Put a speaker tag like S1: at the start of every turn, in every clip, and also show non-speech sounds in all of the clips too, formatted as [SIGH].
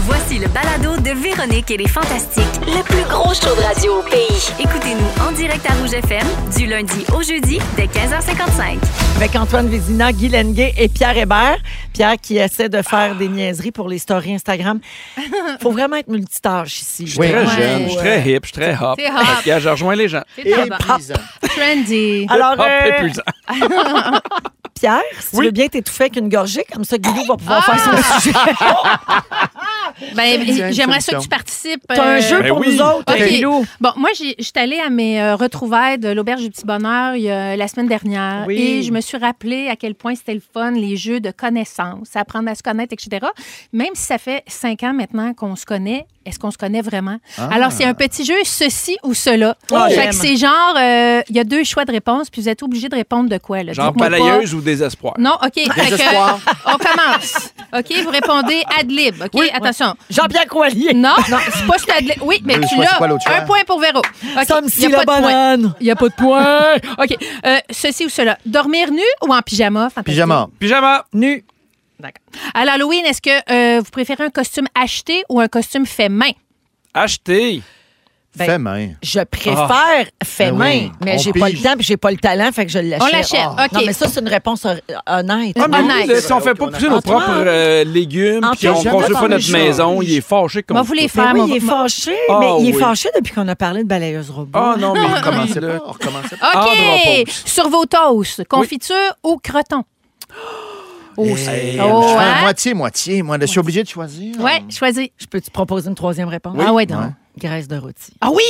S1: Voici le balado de Véronique et les Fantastiques.
S2: Le plus gros show de radio au pays.
S1: Écoutez-nous en direct à Rouge FM du lundi au jeudi dès 15h55.
S3: Avec Antoine Vézina, Guy Lenguet et Pierre Hébert. Pierre qui essaie de faire des niaiseries pour les
S4: [LAUGHS]
S3: stories Instagram. faut vraiment être multitâche ici.
S5: Je suis très
S4: Ouais.
S5: jeune, je suis très hip, je suis très hop.
S4: T'es hop.
S5: Parce que je rejoins les gens.
S4: C'est tabac.
S6: Épuisant.
S4: Trendy.
S3: Alors,
S5: hop,
S3: euh,
S5: épuisant.
S4: [LAUGHS]
S3: [LAUGHS] Pierre, si tu
S5: Oui.
S3: veux bien t'étouffer avec une gorgée, comme ça, Guilou va pouvoir faire
S4: Ah! [LAUGHS]
S3: son sujet.
S4: Ben,
S6: Exact,
S4: j'aimerais ça
S6: solution.
S4: que tu participes.
S3: T'as un
S4: euh,
S3: jeu
S5: Ben
S3: pour
S5: oui.
S3: nous autres,
S4: Ok.
S3: Guilou.
S4: Bon, moi, j'ai- j'étais allée à mes euh, retrouvailles de l'Auberge du Petit Bonheur il y a- la semaine dernière.
S3: Oui.
S4: Et je me suis rappelé à quel point c'était le fun, les jeux de connaissances, apprendre à se connaître, etc. Même si ça fait cinq ans maintenant qu'on se connaît, est-ce qu'on se connaît vraiment? Alors, c'est un petit jeu, ceci ou cela.
S3: Ah. Oh,
S4: fait
S3: j'aime.
S4: que c'est genre, euh, il y a deux choix de réponse, puis vous êtes obligé de répondre de quoi? Là.
S5: Genre
S4: Dites-moi pas-
S5: balayeuse ou désespoir.
S4: Non,
S3: [LAUGHS]
S4: OK. Fait que-
S6: Désespoir.
S4: on commence. OK, vous répondez ad lib. OK, attention.
S3: Jean-Pierre Coallier.
S4: Non, non, c'est pas celui-là. de- Oui, mais
S6: Le
S4: tu
S6: choix, c'est quoi l'autre
S4: l'as.
S6: choix?
S4: Un point pour Véro. OK,
S3: Somme
S4: y
S3: si
S4: a pas
S3: la
S4: de point.
S3: banane.
S4: Il n'y a pas de point. [LAUGHS] OK. euh, ceci ou cela. Dormir nu ou en pyjama? fantastique?
S6: Pyjama.
S5: Pyjama.
S3: Nu.
S4: D'accord. À l'Halloween, est-ce que euh, vous préférez un costume acheté ou un costume fait main?
S5: Acheté. Ah.
S3: Ben,
S6: Fais main.
S3: Je préfère fait
S6: Ben
S3: main,
S6: oui,
S3: mais
S6: on
S3: j'ai pas le
S6: pige.
S3: temps puis j'ai pas le talent, fait que je l'achète.
S4: On l'achète,
S3: Ah.
S4: OK.
S3: Non, mais ça, c'est une réponse hor- honnête.
S5: Ah, mais oui,
S4: Honnête.
S5: là, si on fait pas pousser nos
S3: Antoine.
S5: propres euh, légumes,
S3: Antoine,
S5: puis on
S6: j'aime
S5: construit
S6: pas
S5: pas
S6: le
S5: notre
S6: genre.
S5: maison, il est fâché
S4: Moi,
S5: contre
S4: vous les
S5: tout.
S4: faire.
S3: Mais
S4: moi,
S3: oui, il est
S4: moi-
S3: fâché,
S5: Ah,
S3: mais il est
S5: oui.
S3: fâché depuis qu'on a parlé de balayeuse robot.
S5: Ah non, mais
S6: On
S5: comment
S6: recommençait
S5: là?
S6: pas. On recommençait pas.
S5: Ah,
S4: OK.
S5: drôle.
S4: Sur vos toasts, confiture ou croton? Oh, c'est-
S6: Hey,
S4: oh,
S6: je fais un
S4: hein?
S6: moitié-moitié. Moi, je suis obligé de choisir.
S4: Ouais, choisis.
S3: Je peux te proposer une troisième réponse?
S4: Ah ouais, donc.
S6: Ouais.
S3: Graisse de rôti.
S4: Ah oui!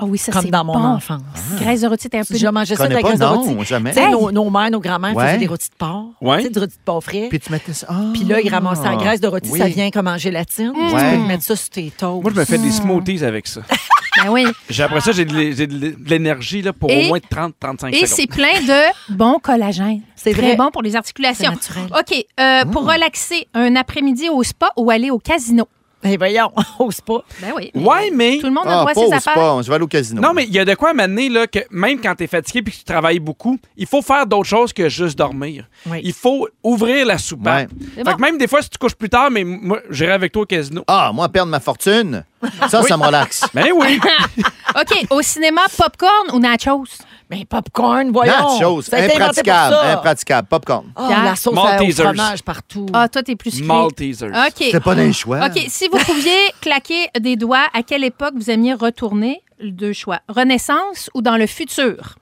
S4: Ah oui, ça, c'est
S3: Comme dans mon
S4: bon.
S3: enfance.
S4: Graisse de rôti, t'es un peu...
S3: J'ai mangé ça de la
S6: connais pas,
S3: graisse de
S6: non,
S3: rôti.
S6: jamais.
S3: Tu sais,
S6: Hey.
S3: nos, nos mères, nos grands-mères
S6: Ouais.
S3: faisaient des rôtis de porc.
S5: Ouais.
S3: Tu sais, du rôti de porc frais.
S6: Puis
S3: Puis,
S6: tu mettais ça. Ah.
S3: là, ils ramassaient en graisse de rôti,
S6: Oui.
S3: ça vient comme en gélatine. Tu
S6: Ouais.
S3: peux mettre ça sur tes toasts.
S5: Moi, je me fais des smoothies avec ça.
S4: Ben oui.
S5: J'ai- Après ça, j'ai de l'é- j'ai de l'énergie là, pour
S4: Et-
S5: au moins 30-35
S4: Et c'est
S5: secondes.
S4: plein de bon collagène.
S3: [LAUGHS] C'est
S4: très
S3: vrai.
S4: bon pour les articulations.
S3: C'est naturel.
S4: OK, euh, pour
S6: Mmh.
S4: relaxer, un après-midi au spa ou aller au casino?
S3: Eh, voyons, [LAUGHS] ose pas.
S4: Ben oui.
S5: Ouais, mais...
S4: Tout le monde a
S6: Ah,
S4: droit à ses
S6: pause
S4: affaires.
S6: pas. On se va aller au casino.
S5: Non, mais il y a de quoi m'amener là, que même quand tu es fatigué puis que tu travailles beaucoup, il faut faire d'autres choses que juste dormir.
S3: Oui.
S5: Il faut ouvrir la soupape.
S4: C'est
S5: Fait
S4: bon.
S5: que même des fois, si tu couches plus tard, mais moi, j'irai avec toi au casino.
S6: Ah, moi, perdre ma
S4: [LAUGHS]
S6: fortune, ça, ça me relaxe. Ah,
S5: Ben oui!
S4: [LAUGHS] OK, au cinéma, popcorn ou nachos?
S3: Mais Ben, popcorn, [LAUGHS] voyons.
S6: Nachos,
S3: Ça a été inventé pour
S6: impraticable,
S3: ça.
S6: impraticable. Popcorn.
S3: Ah,
S4: Pierre.
S3: la sauce à, au
S5: Maltesers.
S3: fromage partout.
S4: Ah, toi, t'es plus sucré.
S5: Maltesers.
S4: OK.
S6: C'était pas des choix.
S4: OK, si vous pouviez [LAUGHS] claquer des doigts, à quelle époque vous aimiez retourner? Deux choix. Renaissance ou dans le futur?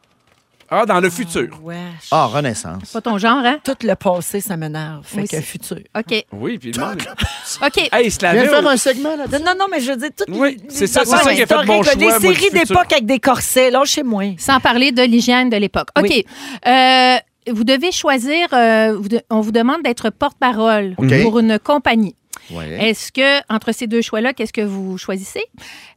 S5: Ah, dans le futur.
S3: Wesh.
S6: Ah, Renaissance.
S4: Pas ton genre, hein?
S3: Tout le passé, [LAUGHS] ça m'énerve. Fait
S4: Oui,
S3: que
S4: c'est-
S3: futur.
S4: OK.
S5: Oui, puis le monde. [LAUGHS]
S4: OK.
S5: hey, il se
S6: Viens
S5: lavait.
S6: faire un segment là-dessus.
S3: Non, non, non, mais je veux dire, toutes
S5: Oui,
S3: les-
S5: c'est
S3: les
S5: ça- c'est
S3: affaires
S5: ça qui a fait mon
S3: historiques, là,
S5: choix,
S3: Des
S5: moi, du
S3: séries
S5: futur.
S3: d'époque avec des corsets, là, chez moi.
S4: Sans parler de l'hygiène de l'époque. OK.
S3: Oui.
S4: Euh, vous devez choisir, euh, vous de- on vous demande d'être porte-parole
S6: OK.
S4: pour une compagnie.
S6: Ouais.
S4: Est-ce que, entre ces deux choix-là, qu'est-ce que vous choisissez?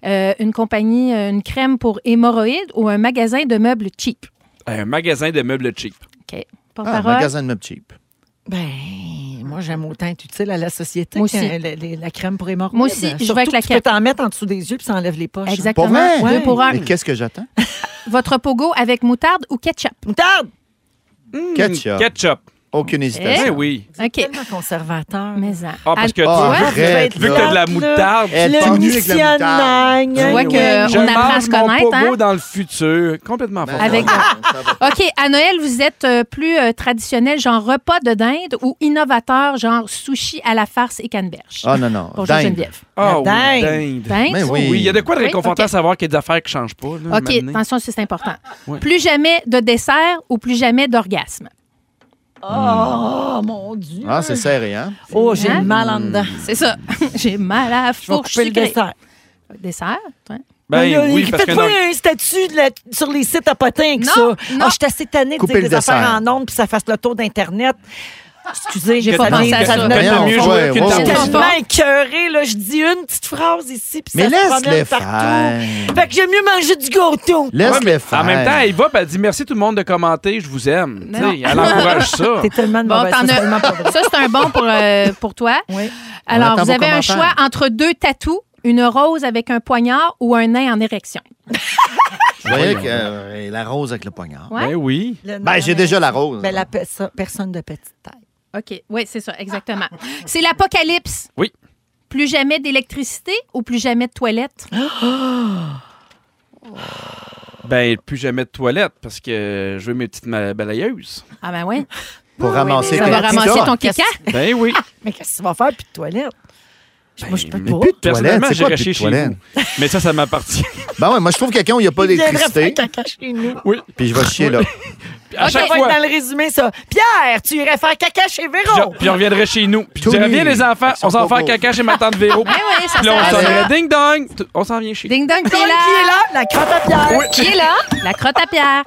S4: Euh, une compagnie, euh, une crème pour hémorroïdes ou un magasin de meubles cheap?
S5: euh, Un magasin de meubles cheap.
S4: OK.
S6: Ah,
S4: Porte-parole.
S6: magasin de meubles cheap.
S3: Ben, moi, j'aime autant être utile à la société
S4: Moi
S3: que
S4: aussi.
S3: la, la- la crème pour hémorroïdes.
S4: Moi aussi, je vais
S3: Surtout
S4: avec la
S3: que Tu peux t'en mettre en dessous des yeux puis ça enlève les poches. hein.
S4: Exactement.
S6: Pour vrai?
S4: Deux pour un.
S6: Mais qu'est-ce que j'attends?
S4: Votre pogo avec moutarde ou ketchup?
S3: Moutarde!
S5: Hmm,
S6: Ketchup.
S5: Ketchup.
S3: Eh?
S6: Aucune hésitation.
S5: Ben oui.
S4: Eh OK.
S3: Tellement conservateur.
S4: Mais en-
S5: Ah, parce que
S6: Ah,
S5: toi,
S6: arrête,
S3: Ouais.
S5: vu que t'as de la
S3: Là.
S5: moutarde,
S6: Elle
S3: Le
S6: part nue avec la moutarde.
S3: missionnaire.
S4: Tu vois que-
S3: Ouais.
S4: on apprend à se connaître,
S5: Mon pogo
S4: hein?
S5: dans le futur. Complètement
S6: Ben
S5: fort.
S4: Avec-
S6: [LAUGHS] Ça va.
S4: OK. À Noël, vous êtes euh, plus euh, traditionnel, genre repas de dinde ou innovateur, genre sushi à la farce et canneberge?
S6: Ah, non, non.
S4: Bonjour
S6: Dingue.
S4: Geneviève.
S5: Ah oui,
S3: La
S5: dinde.
S4: Dinde?
S6: Mais
S5: Oui, il y a de quoi de
S4: Oui,
S5: réconfortant
S4: ok.
S5: à savoir qu'il y a des affaires qui changent pas. Ah, Là,
S4: OK,
S5: maintenant.
S4: attention, ça, c'est important.
S5: Ouais.
S4: Plus jamais de dessert ou plus jamais d'orgasme.
S3: Oh, mon Dieu!
S6: Ah, c'est serré, hein?
S3: oh, j'ai
S4: Hein?
S3: mal en dedans.
S4: C'est ça. [LAUGHS] J'ai mal à la
S3: Je vais
S4: fourche
S3: couper le
S4: sucrée.
S3: dessert.
S4: Dessert? toi?
S3: Mais là,
S5: Ben oui,
S3: il-
S5: parce que
S3: Faites
S5: non.
S3: pas un statut de la- sur les sites à potins que
S4: Non,
S3: ça.
S4: non.
S3: Ah, je suis assez tannée de
S6: Coupez
S3: dire
S6: le
S3: des affaires
S6: dessert.
S3: en nombre puis ça fasse le tour d'Internet. Excusez, j'ai
S5: Que
S3: pas
S5: t'as-
S3: pensé
S4: que
S3: à ça.
S4: t'as-
S3: venait de
S6: Voyons,
S3: mon
S5: mieux
S3: fond.
S5: joué
S6: ouais,
S5: que le
S6: ouais,
S3: Je suis
S6: ouais.
S4: Qu'est-ce qu'on
S3: tellement écœurée, là. Je dis une petite phrase ici, puis
S6: Mais
S3: ça se promène
S6: laisse-les
S3: partout.
S6: faire.
S3: Fait que j'aime mieux manger du gâteau.
S6: Laisse-les
S5: Ouais, mais
S6: Ben, faire.
S5: En même temps, elle va, puis elle dit merci tout le monde de commenter, je vous aime. Tu
S4: non. [LAUGHS]
S5: sais, elle encourage ça.
S3: T'es tellement de
S4: Bon,
S3: mauvaise,
S4: t'en
S3: ben, c'est
S4: as-
S3: tellement pas
S4: [LAUGHS]
S3: vrai.
S4: Ça, c'est un bon pour, euh, pour toi.
S3: Oui.
S4: Alors,
S6: attend
S4: vous
S6: vos
S4: avez un
S6: commentaires.
S4: choix entre deux tatous, une rose avec un poignard ou un nain en érection.
S6: Vous voyez que euh, la rose avec le poignard.
S4: Ouais.
S5: Ben oui.
S3: Le-
S6: Ben, j'ai déjà la rose.
S3: Ben, la pe- ça- personne de petite taille.
S4: [LAUGHS] OK. Oui, c'est ça, exactement. C'est l'apocalypse.
S5: Oui.
S4: Plus jamais d'électricité ou plus jamais de
S3: [GASPS]
S4: toilette?
S5: Ben, plus jamais de toilette parce que je veux mes petites ma- balayeuses.
S4: Ah ben oui,
S6: Pour ramasser
S4: ça
S6: tes
S4: va ramasser
S6: pitas.
S4: ton caca.
S5: Ben
S4: [LAUGHS]
S5: oui.
S3: Mais qu'est-ce que tu vas faire, puis de toilette? Moi, je peux
S5: mais
S3: pas.
S6: Ben, plus de toilette,
S5: Personnellement,
S6: c'est
S5: j'irais
S6: quoi plus de
S5: chez
S6: toilette?
S5: vous. Mais ça, ça m'appartient.
S6: Ben ouais, moi je trouve que quelqu'un où il n'y a pas
S3: Il viendrait faire
S6: d'électricité,
S3: caca chez nous.
S5: Oui.
S6: [LAUGHS] puis je vais chier là.
S5: À
S3: Ça
S5: chaque
S3: va
S5: fois.
S3: être dans le résumé, ça. Pierre, tu irais faire caca chez
S5: Puis je-
S4: Oh.
S3: Véro.
S5: Puis on reviendrait chez nous. Puis je
S6: Tony,
S5: dirais, viens les enfants,
S6: ils sont
S5: on s'en
S6: pas
S5: va faire
S6: beaux.
S5: caca chez ma tante
S4: [LAUGHS]
S5: Véro.
S4: Ben oui, ça
S5: Puis là, on
S4: sert à ça.
S5: sonnerait ding dong. T- On s'en vient chez nous.
S4: Ding dong, qui
S3: Qui
S4: est
S3: est
S4: là?
S3: là? La crotte à Pierre.
S4: Qui est là? La crotte à pierre.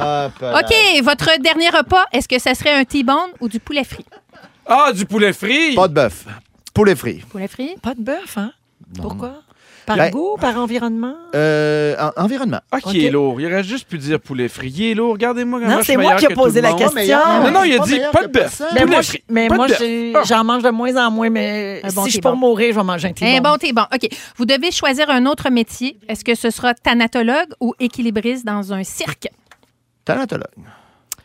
S6: Ah,
S4: OK, votre dernier repas, est-ce que ça serait un T-bone ou du poulet frit?
S5: Ah, du poulet frit.
S6: Pas de bœuf. Poulet frit.
S4: Poulet frit?
S3: Pas de bœuf, hein? Pourquoi? Par
S6: Ben-
S3: goût, par environnement?
S6: Euh, en- environnement.
S5: Ah, qui
S3: Ok.
S5: est lourd. Il aurait juste pu dire poulet frit. Il est lourd. Regardez-moi comment
S3: Non,
S5: je suis
S3: c'est moi
S5: meilleur
S3: qui ai
S5: que
S3: posé
S5: tout le
S3: la
S5: monde.
S3: question.
S6: meilleur.
S5: Non, non, il a
S6: Pas
S5: dit
S6: meilleur
S5: pas
S6: que
S5: de bœuf.
S6: personne.
S3: Mais
S5: Poulet
S3: moi, je-
S5: frit,
S3: mais
S5: pas
S3: moi,
S5: de bœuf.
S3: j'ai-
S5: Ah.
S3: j'en mange de moins en moins, mais
S4: Un bon
S3: si je
S4: T-bone.
S3: peux mourir, je vais manger un
S4: Un
S3: T-bone.
S4: bon T-bone. OK, vous devez choisir un autre métier. Est-ce que ce sera thanatologue ou équilibriste dans un cirque?
S6: Talentologue.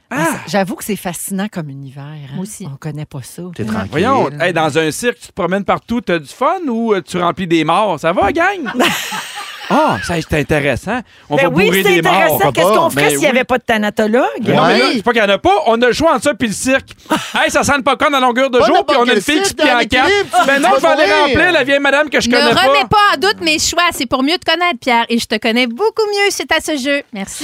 S5: Ah,
S3: J'avoue que c'est fascinant comme univers. hein.
S4: Moi aussi.
S3: On connaît pas ça. Hein?
S6: T'es tranquille.
S5: Voyons, hey, dans un cirque, tu te promènes partout, t'as du fun ou euh, tu remplis des morts? Ça va,
S3: [LAUGHS]
S5: gang? Ah, ça, c'est intéressant. On
S3: Ben
S5: va
S3: oui,
S5: bourrer
S3: c'est
S5: des morts.
S3: intéressant. Qu'est-ce
S6: pas.
S3: qu'on ferait
S5: Ben
S3: s'il n'y
S5: oui.
S3: avait pas de thanatologue?
S5: Mais Non, mais là,
S6: Ouais.
S5: c'est pas qu'il n'y en a pas. On a le choix entre ça puis le
S3: [LAUGHS]
S5: cirque. hey, ça sent le popcorn à longueur de
S6: Pas
S5: jour, puis on a
S6: n'importe
S5: une fille
S6: quel
S5: qui se
S6: cirque,
S5: plie en
S6: dans
S5: quatre.
S6: l'équilibre,
S5: Ben
S6: tu
S5: non,
S6: vas
S5: je vais aller
S6: mourir.
S5: remplir la vieille madame que je
S4: ne
S5: connais
S4: remets
S5: pas.
S4: pas. en doute mes choix. C'est pour mieux te connaître, Pierre. Et je te connais beaucoup mieux. C'est à ce jeu. Merci.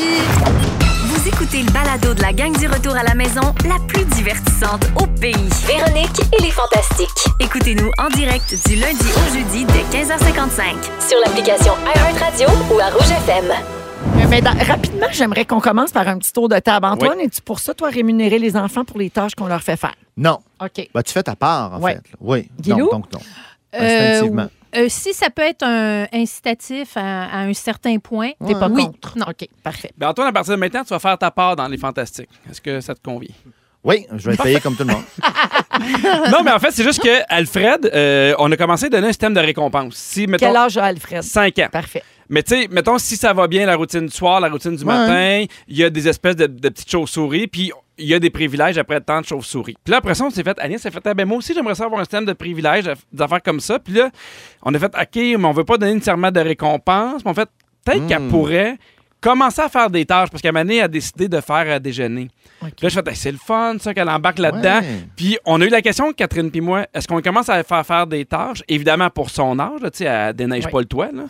S1: Vous écoutez le balado de la gang du retour à la maison, la plus divertissante au pays.
S2: Véronique et les Fantastiques.
S1: Écoutez-nous en direct du lundi au jeudi dès 15h55.
S2: Sur l'application iHeartRadio ou à Rouge FM.
S3: Mais dans- rapidement, j'aimerais qu'on commence par un petit tour de table. Antoine, es-tu pour ça, toi, rémunérer les enfants pour les tâches qu'on leur fait faire?
S6: Non.
S3: OK.
S6: Ben, tu fais ta part, en
S3: Ouais.
S6: fait. là. Oui.
S3: Guilou?
S6: Non, donc non. Instinctivement.
S4: Euh, si ça peut être un incitatif à, à un certain point,
S3: T'es pas
S4: oui.
S3: contre?
S4: Non.
S3: OK, parfait.
S5: Ben Antoine, à partir de maintenant, tu vas faire ta part dans les fantastiques. Est-ce que ça te convient?
S6: Oui, je vais être payé comme tout le monde.
S5: [LAUGHS] non, mais en fait, c'est juste que Alfred, euh, on a commencé à donner un système de récompense. Si, mettons,
S3: Quel âge a Alfred?
S5: 5 ans.
S3: Parfait.
S5: Mais tu sais, mettons, si ça va bien, la routine du soir, la routine du matin, il y a des espèces de, de petites chauves-souris, puis il y a des privilèges après tant de chauves-souris. Puis là, après ça, on s'est fait, Agnès s'est fait, ah, ben moi aussi, j'aimerais ça avoir un système de privilèges, des affaires comme ça. Puis là, on a fait, OK, mais on veut pas donner nécessairement de récompense, mais en fait, peut-être
S3: Hmm.
S5: qu'elle pourrait commencer à faire des tâches, parce qu'à un moment donné, elle a décidé de faire à déjeuner.
S3: OK.
S5: Puis là, je fais, Hey, c'est le fun, ça, qu'elle embarque là-dedans.
S6: Ouais.
S5: Puis on a eu la question, Catherine puis moi, est-ce qu'on commence à faire faire des tâches? Évidemment, pour son âge, là, tu sais, elle déneige
S3: Ouais.
S5: pas le toit. Là.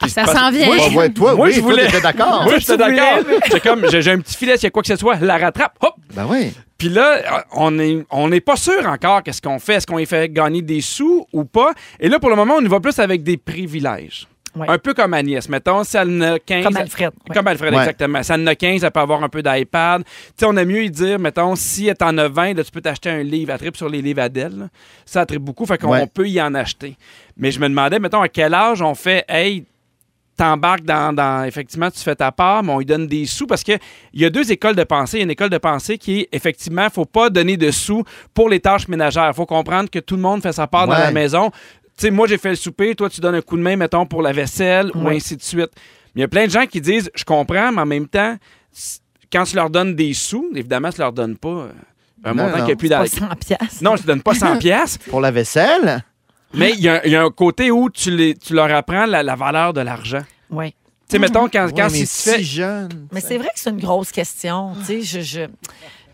S5: Puis-
S4: Ça
S5: parce-
S4: s'en vient.
S5: Moi,
S6: Bah, ouais, toi,
S5: Moi,
S6: oui,
S5: je
S6: toi,
S5: voulais-
S6: t'étais d'accord.
S5: Moi, j'étais d'accord. C'est comme, j'ai j'ai un petit filet, s'il y a quoi que ce soit, la rattrape, hop!
S6: Ben oui.
S5: Puis là, on est, on n'est pas sûr encore qu'est-ce qu'on fait. Est-ce qu'on y fait gagner des sous ou pas? Et là, pour le moment, on y va plus avec des privilèges.
S3: Ouais.
S5: Un peu comme Agnès. Mettons, si elle en a 15...
S3: Comme Alfred. ouais.
S5: Comme Alfred,
S6: Ouais.
S5: exactement. Si elle en a 15, elle peut avoir un peu d'iPad. Tu sais, on a mieux y dire, mettons, si elle en a 20, là, tu peux t'acheter un livre. Elle tripe sur les livres Adèle. là. Ça elle tripe beaucoup, fait qu'on
S6: Ouais.
S5: on peut y en acheter. Mais je me demandais, mettons, à quel âge on fait, hey, t'embarques dans, dans- Effectivement, tu fais ta part, mais on lui donne des sous parce que il y a deux écoles de pensée. Il y a une école de pensée qui est, effectivement, faut pas donner de sous pour les tâches ménagères. faut comprendre que tout le monde fait sa part dans
S6: Ouais.
S5: la maison. Tu sais, moi, j'ai fait le souper, toi, tu donnes un coup de main, mettons, pour la vaisselle ou
S3: Ouais.
S5: ainsi de suite. Mais il y a plein de gens qui disent, je comprends, mais en même temps, c- quand tu leur donnes des sous, évidemment, tu leur donnes pas euh, un
S6: Non,
S5: montant
S6: non.
S5: qui a plus
S3: Pas
S5: d'argent.
S3: 100 piastres.
S5: Non, je te donne pas
S6: [LAUGHS]
S5: 100 pièces,
S6: Pour la vaisselle,
S5: mais il y, a- il y a un côté où tu, les- tu leur apprends la, la valeur de l'argent.
S3: Ouais.
S5: Tu sais, mettons, quand,
S6: ouais,
S5: quand
S6: mais
S5: c'est fait-
S6: si jeune.
S3: Mais c'est vrai que c'est une grosse question. tu sais, je, je-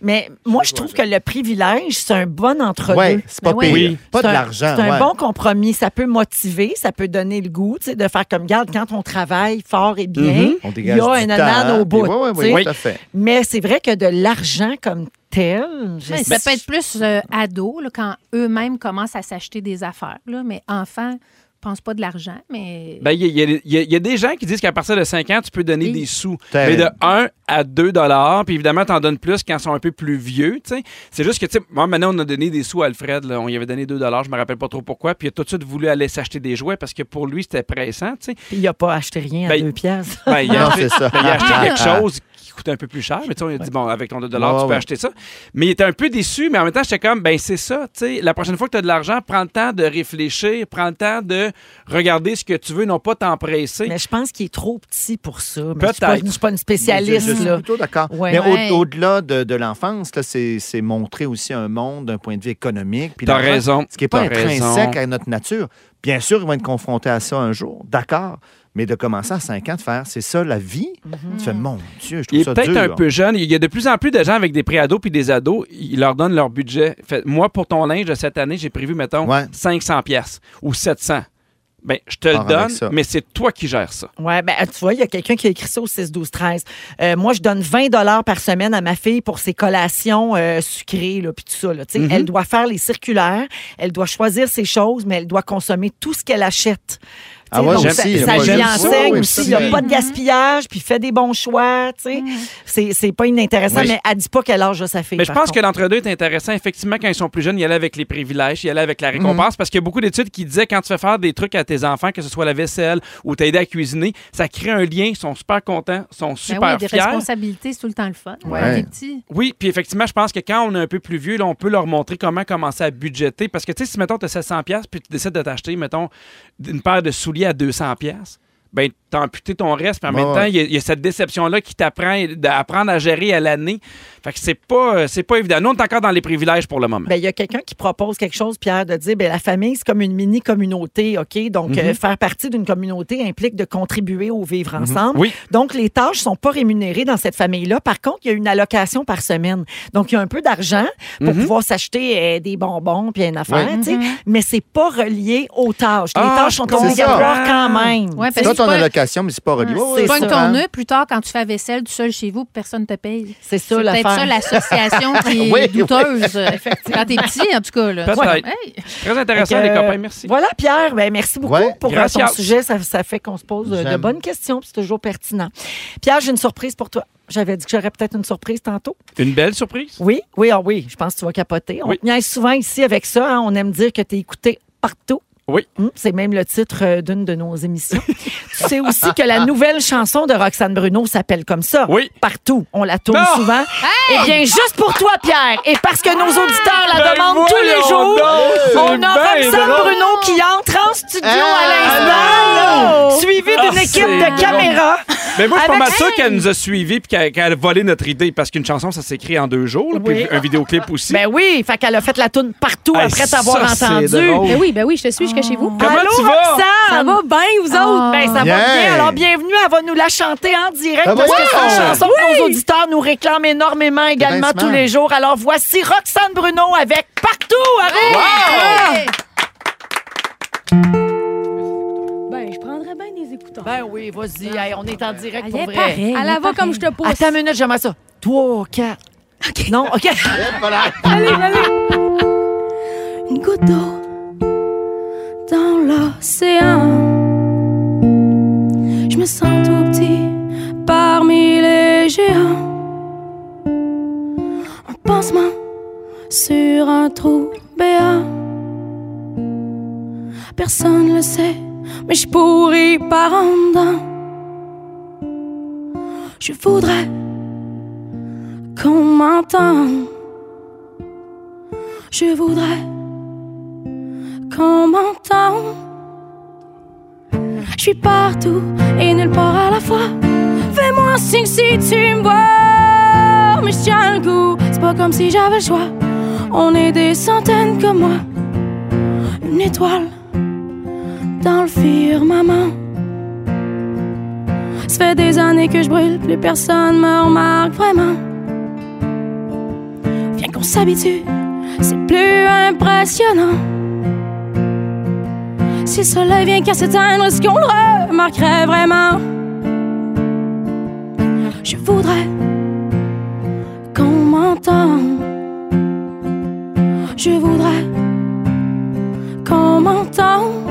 S3: Mais moi, je trouve que le privilège, c'est un bon entre-deux. Ben
S6: Ouais, c'est pas
S4: Mais
S6: pire.
S4: oui.
S5: Oui.
S6: Pas de
S3: C'est un-
S6: l'argent.
S3: C'est un
S6: ouais.
S3: bon compromis. Ça peut motiver, ça peut donner le goût tu sais, de faire comme garde quand on travaille fort et bien.
S5: Mhm.
S6: On
S3: Il y
S6: dégage
S3: a un anan au bout.
S6: Oui, oui,
S3: tu sais.
S6: oui, tout à fait.
S3: Mais c'est vrai que de l'argent comme tel, je
S4: Mais
S3: sais-
S4: ça peut être plus euh, ado, là, quand eux-mêmes commencent à s'acheter des affaires. Là, mais enfants, pense pas de l'argent, mais.
S5: Ben, il y, a- il y a- il y a- il y a des gens qui disent qu'à partir de 5 ans, tu peux donner
S4: Oui.
S5: des sous. Mais
S6: Terrible.
S5: de 1 à 2 dollars. Puis évidemment, tu en donnes plus quand ils sont un peu plus vieux. tu sais. C'est juste que, tu sais, moi, maintenant, on a donné des sous à Alfred. là. On lui avait donné 2 dollars. Je me rappelle pas trop pourquoi. Puis il a tout de suite voulu aller s'acheter des jouets parce que pour lui, c'était pressant. tu sais.
S3: Puis il n'a pas acheté rien à
S5: Ben,
S3: deux piastres.
S5: Ben, il a
S6: Non,
S5: acheté-
S6: c'est ça. Ah,
S5: ben, il a acheté quelque chose qui qui coûtait un peu plus cher. Mais tu sais, on a dit, bon, avec ton 2
S6: Ouais,
S5: tu peux
S6: ouais.
S5: acheter ça. Mais il était un peu déçu, mais en même temps, j'étais comme, ben c'est ça, tu sais, la prochaine fois que tu as de l'argent, prends le temps de réfléchir, prends le temps de regarder ce que tu veux, non pas t'empresser.
S3: Mais je pense qu'il est trop petit pour ça. Mais Je suis
S5: Peut-être.
S3: pas- je suis pas une spécialiste,
S6: Je suis
S3: là.
S6: plutôt d'accord.
S3: Ouais.
S6: Mais au-
S4: Ouais.
S6: au-delà de, de l'enfance, là, c'est c'est montrer aussi un monde d'un point de vue économique. puis
S5: T'as
S6: l'enfant,
S5: raison,
S6: Ce qui n'est pas
S5: t'as
S6: intrinsèque
S5: raison.
S6: à notre nature. Bien sûr, ils vont être confrontés à ça un jour, d'accord. Mais de commencer à 5 ans, de faire, c'est ça la vie. Tu fais, mon Dieu, je trouve
S5: Il est
S6: ça
S5: peut-être
S6: dur.
S5: un peu jeune. Il y a de plus en plus de gens avec des préados puis des ados. Ils leur donnent leur budget. Fait, moi, pour ton linge de cette année, j'ai prévu, mettons,
S6: Ouais.
S5: 500 pièces ou 700. Ben, je te
S6: Pars
S5: le
S6: avec
S5: donne,
S6: ça.
S5: mais c'est toi qui gères ça.
S3: Ouais, ben tu vois, il y a quelqu'un qui a écrit ça au 6 12 13. Euh, moi je donne 20 dollars par semaine à ma fille pour ses collations euh, sucrées là puis tout ça là, Tu sais,
S6: Mhm.
S3: elle doit faire les circulaires, elle doit choisir ses choses, mais elle doit consommer tout ce qu'elle achète. Tu sais,
S6: Ah ouais,
S3: donc,
S5: j'aime-
S3: ça,
S5: si,
S3: ça
S5: moi,
S3: lui
S5: j'aime
S6: ça,
S3: enseigne
S6: oui,
S3: aussi,
S6: ça,
S3: il n'y a
S6: oui.
S3: pas de gaspillage, puis fait des bons choix, tu sais. C'est- C'est pas inintéressant,
S6: Oui.
S3: mais elle dit pas quel âge a sa fille.
S5: Mais je
S3: par
S5: pense
S3: contre.
S5: que l'entre-deux est intéressant. Effectivement, quand ils sont plus jeunes, il y allait avec les privilèges, il y allait avec la récompense, parce qu'il y a beaucoup d'études qui disaient quand tu fais faire des trucs à tes enfants, que ce soit la vaisselle ou t'aider à cuisiner, ça crée un lien. Ils sont super contents, ils sont
S4: Ben
S5: super
S4: oui, des
S5: fiers.
S4: responsabilités, c'est tout le temps le fun.
S6: Ouais.
S4: Des petits.
S5: Oui, puis effectivement, je pense que quand on est un peu plus vieux, là, on peut leur montrer comment commencer à budgéter. Parce que, tu sais, si, mettons, tu as 700 pièces puis tu décides de t'acheter, mettons, une paire de souliers à 200 pièces ben t'as amputé ton reste, puis en
S6: Ouais,
S5: même temps, il y a- il y, a cette déception-là qui t'apprend à apprendre à gérer à l'année. Fait que c'est pas, euh, c'est pas évident. Nous, on est encore dans les privilèges pour le moment.
S3: Ben, il y a quelqu'un qui propose quelque chose, Pierre, de dire, ben, la famille, c'est comme une mini-communauté, OK? Donc,
S5: Mhm.
S3: euh, faire partie d'une communauté implique de contribuer au vivre ensemble.
S5: Oui.
S3: Donc, les tâches sont pas rémunérées dans cette famille-là. Par contre, il y a une allocation par semaine. Donc, il y a un peu d'argent pour
S5: Mhm.
S3: pouvoir s'acheter euh, des bonbons puis une affaire, tu sais. Mais c'est pas relié aux tâches. Les
S5: Ah,
S3: tâches sont
S5: je comprends.
S3: obligatoires quand même.
S4: Ouais,
S6: C'est
S4: parce que
S6: ton
S4: c'est pas-
S6: allocation, mais c'est pas relié. Ouais,
S4: Tu
S6: ouais,
S4: pognes
S6: ça.
S4: ton nœud plus tard quand tu fais la vaisselle du seul chez vous, personne ne te paye.
S3: C'est
S4: C'est
S3: ça
S4: peut-être
S3: l'affaire.
S4: ça
S3: [LAUGHS]
S4: l'association qui est
S6: Oui, oui.
S4: douteuse. Quand t'es petit, en tout cas. Là.
S5: Peut-être.
S4: Hey,
S5: Très intéressant,
S3: Fait que,
S5: les
S3: euh,
S5: copains. Merci.
S3: Voilà, Pierre. Ben, merci beaucoup
S6: Ouais.
S3: pour euh, ton
S5: Gracias.
S3: sujet. Ça, ça fait qu'on se pose euh, de
S6: J'aime.
S3: bonnes questions. puis C'est toujours pertinent. Pierre, j'ai une surprise pour toi. J'avais dit que j'aurais peut-être une surprise tantôt.
S5: Une belle surprise.
S3: Oui, oui, ah oui. Je pense que tu vas capoter. On
S5: Oui.
S3: te niaise souvent ici avec ça. hein. On aime dire que tu es écouté partout.
S5: Oui.
S3: Hum, C'est même le titre euh, d'une de nos émissions. [LAUGHS] tu sais aussi que la nouvelle chanson de Roxane Bruno s'appelle comme ça.
S5: Oui.
S3: Partout. On la tourne
S5: Non.
S3: souvent. Eh bien, juste pour toi, Pierre, et parce que nos auditeurs la
S5: Ben
S3: demandent tous les
S5: voyons
S3: jours,
S5: donc, c'est
S3: on a
S5: ben
S3: Roxane
S5: drôle.
S3: Bruno qui entre en studio à
S6: Ah,
S3: l'instant, suivi d'une
S5: Ah,
S3: équipe
S5: c'est
S3: de caméras.
S5: Mais moi, je suis pas
S3: Avec-
S5: mal sûr qu'elle nous a suivis puis qu'elle qu'elle a volé notre idée parce qu'une chanson, ça s'écrit en deux jours, là,
S3: Oui.
S5: puis un vidéoclip aussi.
S3: Ben oui, fait qu'elle a fait la tourne partout
S5: Hey,
S3: après t'avoir
S5: ça, c'est
S3: entendu.
S5: drôle.
S7: Ben oui, ben oui, je te suis jusqu'à chez vous.
S5: Oh. Ah. Comment
S3: Allô,
S5: tu vas?
S3: Roxane?
S7: Ça va bien, vous autres?
S4: Ah.
S3: Ben, ça va
S6: Yeah.
S3: bien. Alors, bienvenue. Elle va nous la chanter en direct
S6: Ah,
S3: parce que
S6: ouais.
S3: c'est une chanson que nos auditeurs nous réclament énormément également
S6: bien
S3: tous
S6: smart.
S3: les jours. Alors, voici Roxane Bruno avec Partout. Ah! Arrive!
S7: Ben, je prendrais bien des écouteurs.
S3: Ben oui, vas-y. Hey, on est en direct
S4: Elle
S3: pour
S4: est
S3: vrai.
S4: pareille,
S7: à
S4: elle
S7: la
S4: est
S7: voix comme
S4: pareille.
S7: je te pousse.
S3: Attends une minute, j'aimerais ça. Trois, quatre. Non,
S6: [LAUGHS]
S3: OK. [LAUGHS]
S7: Une goutte d'eau dans l'océan. Je me sens tout petit parmi les géants. Un pansement sur un trou béant. Personne le sait, mais je pourris par en dedans. Je voudrais qu'on m'entende. Je voudrais qu'on m'entende. Je suis partout et nulle part à la fois. Fais-moi un signe si tu me vois. Mais je tiens le goût, c'est pas comme si j'avais le choix. On est des centaines comme moi. Une étoile dans le firmament. Ça fait des années que je brûle, plus personne me remarque vraiment. Viens qu'on s'habitue, c'est plus impressionnant. Si le soleil vient qu'à s'éteindre, est-ce qu'on le remarquerait vraiment? Je voudrais qu'on m'entende. Je voudrais qu'on m'entende.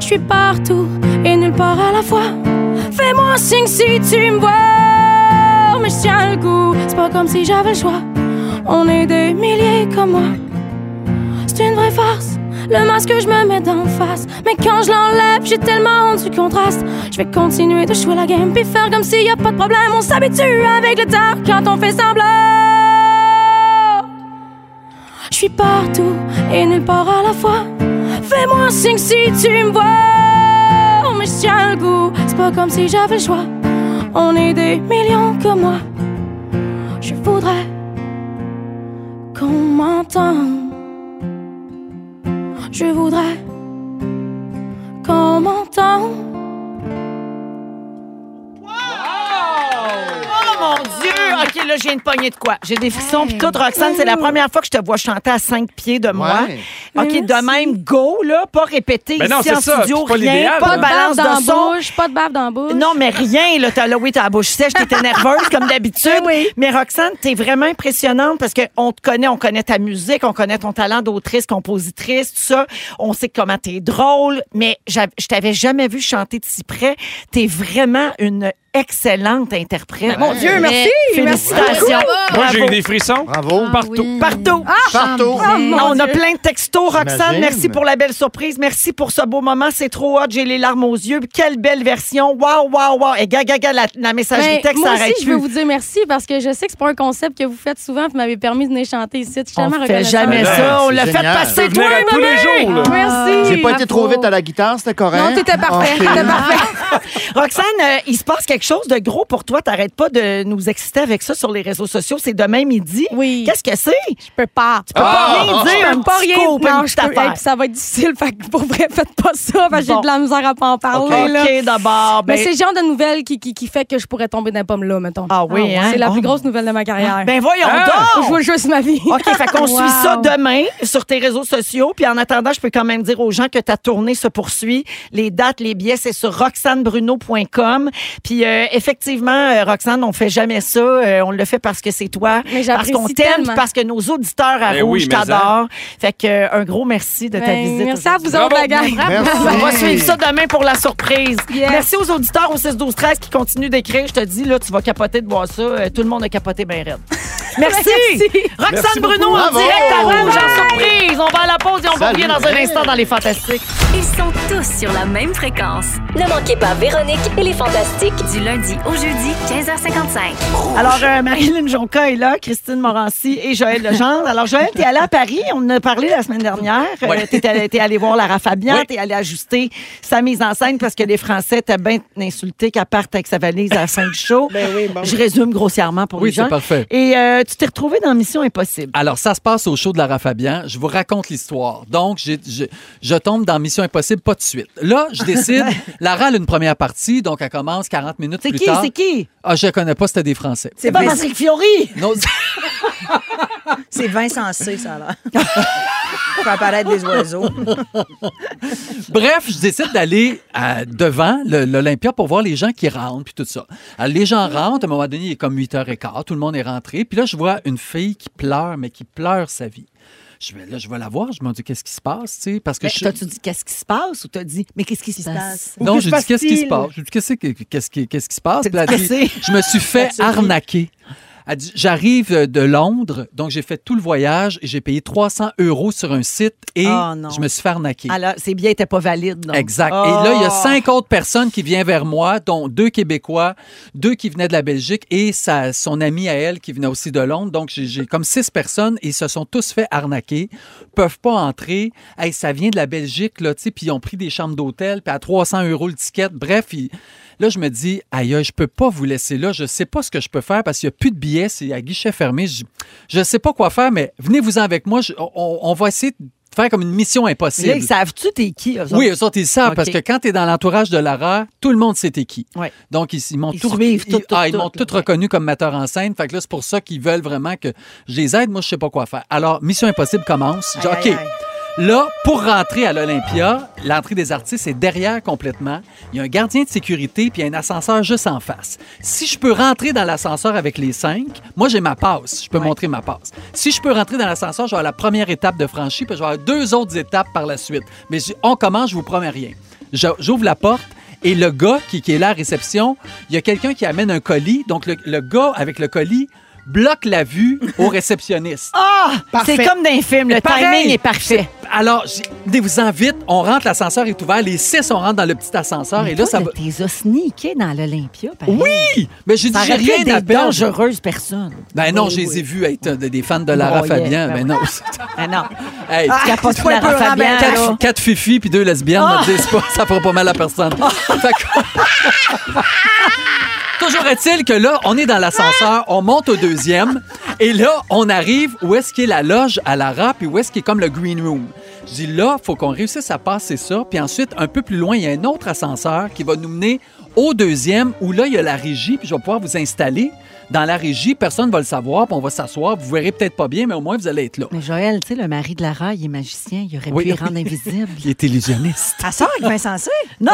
S7: Je suis partout et nulle part à la fois. Fais-moi un signe si tu me vois. Mais je tiens le coup, c'est pas comme si j'avais le choix. On est des milliers comme moi. C'est une vraie farce, le masque que je me mets d'en face. Mais quand je l'enlève, j'ai tellement honte du contraste. Je vais continuer de jouer la game, puis faire comme s'il y a pas de problème. On s'habitue avec le temps quand on fait semblant. Je suis partout et nulle part à la fois. Fais-moi un signe si tu me vois. Oh, Mais je tiens le goût, c'est pas comme si j'avais le choix. On est des millions comme moi. Je voudrais qu'on m'entende. Je voudrais qu'on m'entende.
S3: Oh mon Dieu! OK, là, j'ai une poignée de quoi? J'ai des frissons. Puis toute Roxane, c'est la première fois que je te vois chanter à cinq pieds de moi.
S6: Ouais.
S3: OK, de même, go, là, pas répéter
S5: Ben non,
S3: ici
S5: c'est
S3: en
S5: ça,
S3: studio,
S5: c'est pas
S3: rien,
S5: l'idéal, là.
S3: pas de
S7: Pas de
S3: balance
S7: bave
S3: de
S7: dans
S3: son.
S7: la bouche, pas de bave dans la bouche.
S3: Non, mais rien. Là, t'as, là, oui, t'as la bouche sèche, t'étais nerveuse comme
S7: [LAUGHS]
S3: d'habitude.
S7: Ben
S3: Mais Roxane, t'es vraiment impressionnante parce qu'on te connaît, on connaît ta musique, on connaît ton talent d'autrice, compositrice, tout ça. On sait comment t'es drôle, mais j'a- je t'avais jamais vu chanter de si près. T'es vraiment une excellente interprète. Ben, Mon Dieu,
S4: merci,
S3: Félicitations.
S5: Moi, j'ai
S3: Bravo. Ah
S5: eu des frissons.
S6: Bravo.
S5: Partout. Ah,
S3: Partout.
S7: Ah,
S6: Partout.
S5: Oh,
S3: Non, on a plein de textos, Roxane.
S6: J'imagine.
S3: Merci pour la belle surprise. Merci pour ce beau moment. C'est trop hot. J'ai les larmes aux yeux. Quelle belle version. Waouh, waouh, waouh. Et gaga, gaga, la, la messagerie
S7: Ben,
S3: texte
S7: moi
S3: s'arrête
S7: aussi, je veux
S3: plus.
S7: vous dire merci parce que je sais que c'est pas un concept que vous faites souvent. Vous m'avez permis de venir chanter ici. Je suis
S3: On
S7: tellement
S3: fait
S7: reconnaissante.
S3: jamais
S6: Ben,
S3: ça. On
S6: c'est
S3: l'a fait
S6: génial.
S3: passer.
S5: Venir à tous les jours, là.
S7: Merci.
S6: J'ai pas été trop vite à la guitare, c'était correct. Ah,
S7: Non, t'étais parfait.
S6: Ok.
S7: T'étais parfait.
S3: Ah, [LAUGHS] Roxane, euh, il se passe quelque chose de gros pour toi. T'arrêtes pas de nous exciter avec ça sur les réseaux sociaux. C'est demain midi.
S7: Oui.
S3: Qu'est-ce que c'est?
S7: Je peux pas.
S3: Tu peux pas rien dire.
S7: Je
S3: un
S7: peux pas
S3: petit
S7: rien
S3: coup, une
S7: non, je
S3: petite
S7: peux, hey,
S3: affaire.
S7: puis ça va être difficile. Fait que pour vrai, faites pas ça. parce que
S3: Bon.
S7: J'ai de la misère à pas en parler. Ah là.
S3: OK, d'abord.
S7: Mais
S3: ben-
S7: c'est le genre de nouvelle qui, qui, qui fait que je pourrais tomber d'un pomme là, mettons.
S3: Ah oui,
S7: ouais.
S3: hein?
S7: C'est la
S3: Oh.
S7: plus grosse nouvelle de ma carrière.
S3: Ben voyons
S5: Ah!
S3: donc!
S7: je vois juste ma vie.
S3: OK, fait qu'on
S7: Wow.
S3: suit ça demain sur tes réseaux sociaux. Puis en attendant, je peux quand même dire aux gens que ta tournée se poursuit. Les dates, les billets, c'est sur roxanebruno.com. Puis euh, effectivement, euh, Roxane, on fait jamais ça. Euh, on le fait parce que c'est toi,
S7: Mais
S3: parce
S7: j'apprécie
S3: qu'on t'aime,
S7: tellement.
S3: puis parce que nos auditeurs à
S5: Ben
S3: Rouge
S5: oui, mais
S3: t'adorent. Fait que euh, un gros merci de ta
S7: Ben,
S3: visite.
S7: Merci à vous
S5: Bravo.
S7: autres, la gang.
S6: Merci.
S3: On va suivre ça demain pour la surprise.
S7: Yes.
S3: Merci aux auditeurs au 6 12 13 qui continuent d'écrire. Je te dis là, tu vas capoter de voir ça. Euh, Tout le monde a capoté
S7: [LAUGHS]
S3: bien raide. Merci. Roxane
S5: Merci beaucoup.
S3: Bruno en
S6: Bravo.
S3: direct à Rouge en surprise. On va à la pause et on
S6: Salut.
S3: revient dans un instant dans les fantastiques.
S1: Ils sont tous sur la même fréquence.
S2: Ne manquez pas Véronique et les Fantastiques.
S1: Du lundi au jeudi, 15h55.
S8: Oh,
S3: Alors euh, Marilyn Jonca est là, Christine Morancy et
S8: [LAUGHS]
S3: Joël Legendre. Alors Joël, t'es allé à Paris, on en a parlé la semaine dernière. Euh, t'es allé, t'es allé voir Lara Fabian,
S5: Oui.
S3: t'es allé ajuster sa mise en scène parce que les Français étaient bien insultés qu'elle parte avec sa valise à la fin du show.
S8: [LAUGHS]
S3: Je résume grossièrement pour
S8: Ben Oui,
S3: les gens.
S8: c'est parfait.
S3: Et euh, tu t'es retrouvé dans Mission Impossible.
S8: Alors, ça se passe au show de Lara Fabian. Je vous raconte l'histoire. Donc, j'ai- je, je tombe dans Mission Impossible pas de suite. Là, je
S3: [LAUGHS]
S8: décide. Lara a une première partie, donc elle commence 40 minutes
S3: C'est
S8: plus
S3: qui,
S8: tard.
S3: c'est qui?
S8: Ah, je connais pas, c'était des Français.
S3: C'est pas Patrick Fiori!
S8: Non,
S9: [LAUGHS] C'est Vincent C, ça, là.
S3: [LAUGHS]
S9: Faut apparaître des oiseaux.
S8: Bref, je décide d'aller euh, devant le- l'Olympia pour voir les gens qui rentrent, puis tout ça. Alors, les gens rentrent, à un moment donné, il est comme 8h15, tout le monde est rentré. Puis là, je vois une fille qui pleure, mais qui pleure sa vie. Je vais, là, je vais la voir, je me dis, qu'est-ce qui se passe, tu sais, parce que
S3: Mais
S8: je suis-
S3: T'as-tu dit qu'est-ce qui se passe ou t'as dit mais qu'est-ce qui se passe?
S8: Non, je dis qu'est-ce qui se passe. Je dis qu'est-ce qui, qu'est-ce qui, qu'est-ce qui se passe. Puis elle
S3: Qu'est-ce
S8: dit, je me suis fait arnaquer. Elle dit, J'arrive euh, de Londres, donc j'ai fait tout le voyage et j'ai payé 300 euros sur un site et
S3: Oh non.
S8: je me suis fait arnaquer.
S3: Alors, ces billets n'étaient pas valides. donc.
S8: Exact.
S3: Oh.
S8: Et là, il y a cinq autres personnes qui viennent vers moi, dont deux Québécois, deux qui venaient de la Belgique et sa, son amie à elle qui venait aussi de Londres. Donc, j'ai j'ai comme six personnes et ils se sont tous fait arnaquer, peuvent pas entrer. Hey, ça vient de la Belgique, là, tu sais, puis ils ont pris des chambres d'hôtel, puis à 300 euros le ticket. Bref, ils- là, je me dis, aïe, aïe, je peux pas vous laisser là. Je sais pas ce que je peux faire parce qu'il y a plus de billets, c'est à guichet fermé. Je, je sais pas quoi faire, mais venez-vous-en avec moi. Je- on, on va essayer de faire comme une mission impossible.
S3: Là, ils savent-tu t'es qui? eux autres?
S8: Oui, eux autres, ils savent,
S3: OK.
S8: parce que quand tu es dans l'entourage de Lara, tout le monde sait t'es qui.
S3: Ouais.
S8: Donc, ils, ils m'ont
S3: Ils
S8: tout,
S3: suivent
S8: ils-
S3: tout, tout,
S8: ah, ils
S3: tout,
S8: m'ont
S3: là.
S8: tout reconnu comme metteur en scène. Fait que là, c'est pour ça qu'ils veulent vraiment que je les aide. Moi, je sais pas quoi faire. Alors, Mission Impossible commence. Je dis,
S9: Aïe,
S8: OK.
S9: aïe, aïe.
S8: Là, pour rentrer à l'Olympia, l'entrée des artistes est derrière complètement. Il y a un gardien de sécurité puis il y a un ascenseur juste en face. Si je peux rentrer dans l'ascenseur avec les cinq, moi j'ai ma passe. Je peux montrer ma passe. Si je peux rentrer dans l'ascenseur, je vais à la première étape de franchie puis je vais avoir deux autres étapes par la suite. Mais je- on commence, je vous promets rien. Je- J'ouvre la porte. Et le gars qui, qui est là à réception, il y a quelqu'un qui amène un colis. Donc, le, le gars avec le colis bloque la vue au réceptionniste.
S3: Ah!
S9: Parfait.
S3: C'est comme dans les films, le
S8: Pareil.
S3: timing est parfait.
S8: Alors, j'ai- venez vous en vite. On rentre, l'ascenseur est ouvert. Les six, on rentre dans le petit ascenseur.
S3: Mais
S8: et là,
S3: toi,
S8: ça
S3: là,
S8: va.
S3: T'es osniqué dans l'Olympia, pareil.
S8: Oui! Mais j'ai dit,
S3: Ça
S8: j'ai
S3: aurait pu
S8: rien
S3: être
S8: à
S3: des
S8: perdre.
S3: dangereuses personnes.
S8: Ben non, je les ai vus être euh, des des fans de Lara
S3: Broyer,
S8: Fabian.
S3: ben
S8: Ben
S3: oui.
S8: [LAUGHS] non.
S3: Ah non.
S8: Hey,
S3: Tu capotes
S9: c'est pas
S3: Lara
S9: un peu
S3: Fabian,
S9: rembêtant,
S3: là.
S8: Quatre, quatre fifi puis deux lesbiennes, me disent pas, ça fera pas mal à personne. Fait que- Toujours est-il que là, on est dans l'ascenseur, on monte au deuxième, et là, on arrive où est-ce qu'est la loge à Lara, puis où est-ce qu'est comme le green room. Je dis là, faut qu'on réussisse à passer ça, puis ensuite, un peu plus loin, il y a un autre ascenseur qui va nous mener au deuxième, où là, il y a la régie, puis je vais pouvoir vous installer. Dans la régie, personne ne va le savoir, puis on va s'asseoir. Vous verrez peut-être pas bien, mais au moins, vous allez être là.
S3: Mais Joël, tu sais, le mari de Lara, il est magicien. Il aurait
S8: Oui,
S3: pu les
S8: oui.
S3: rendre
S8: [LAUGHS]
S3: invisibles.
S8: Il est illusionniste.
S9: Ta soeur avec Vincent C.
S3: Non!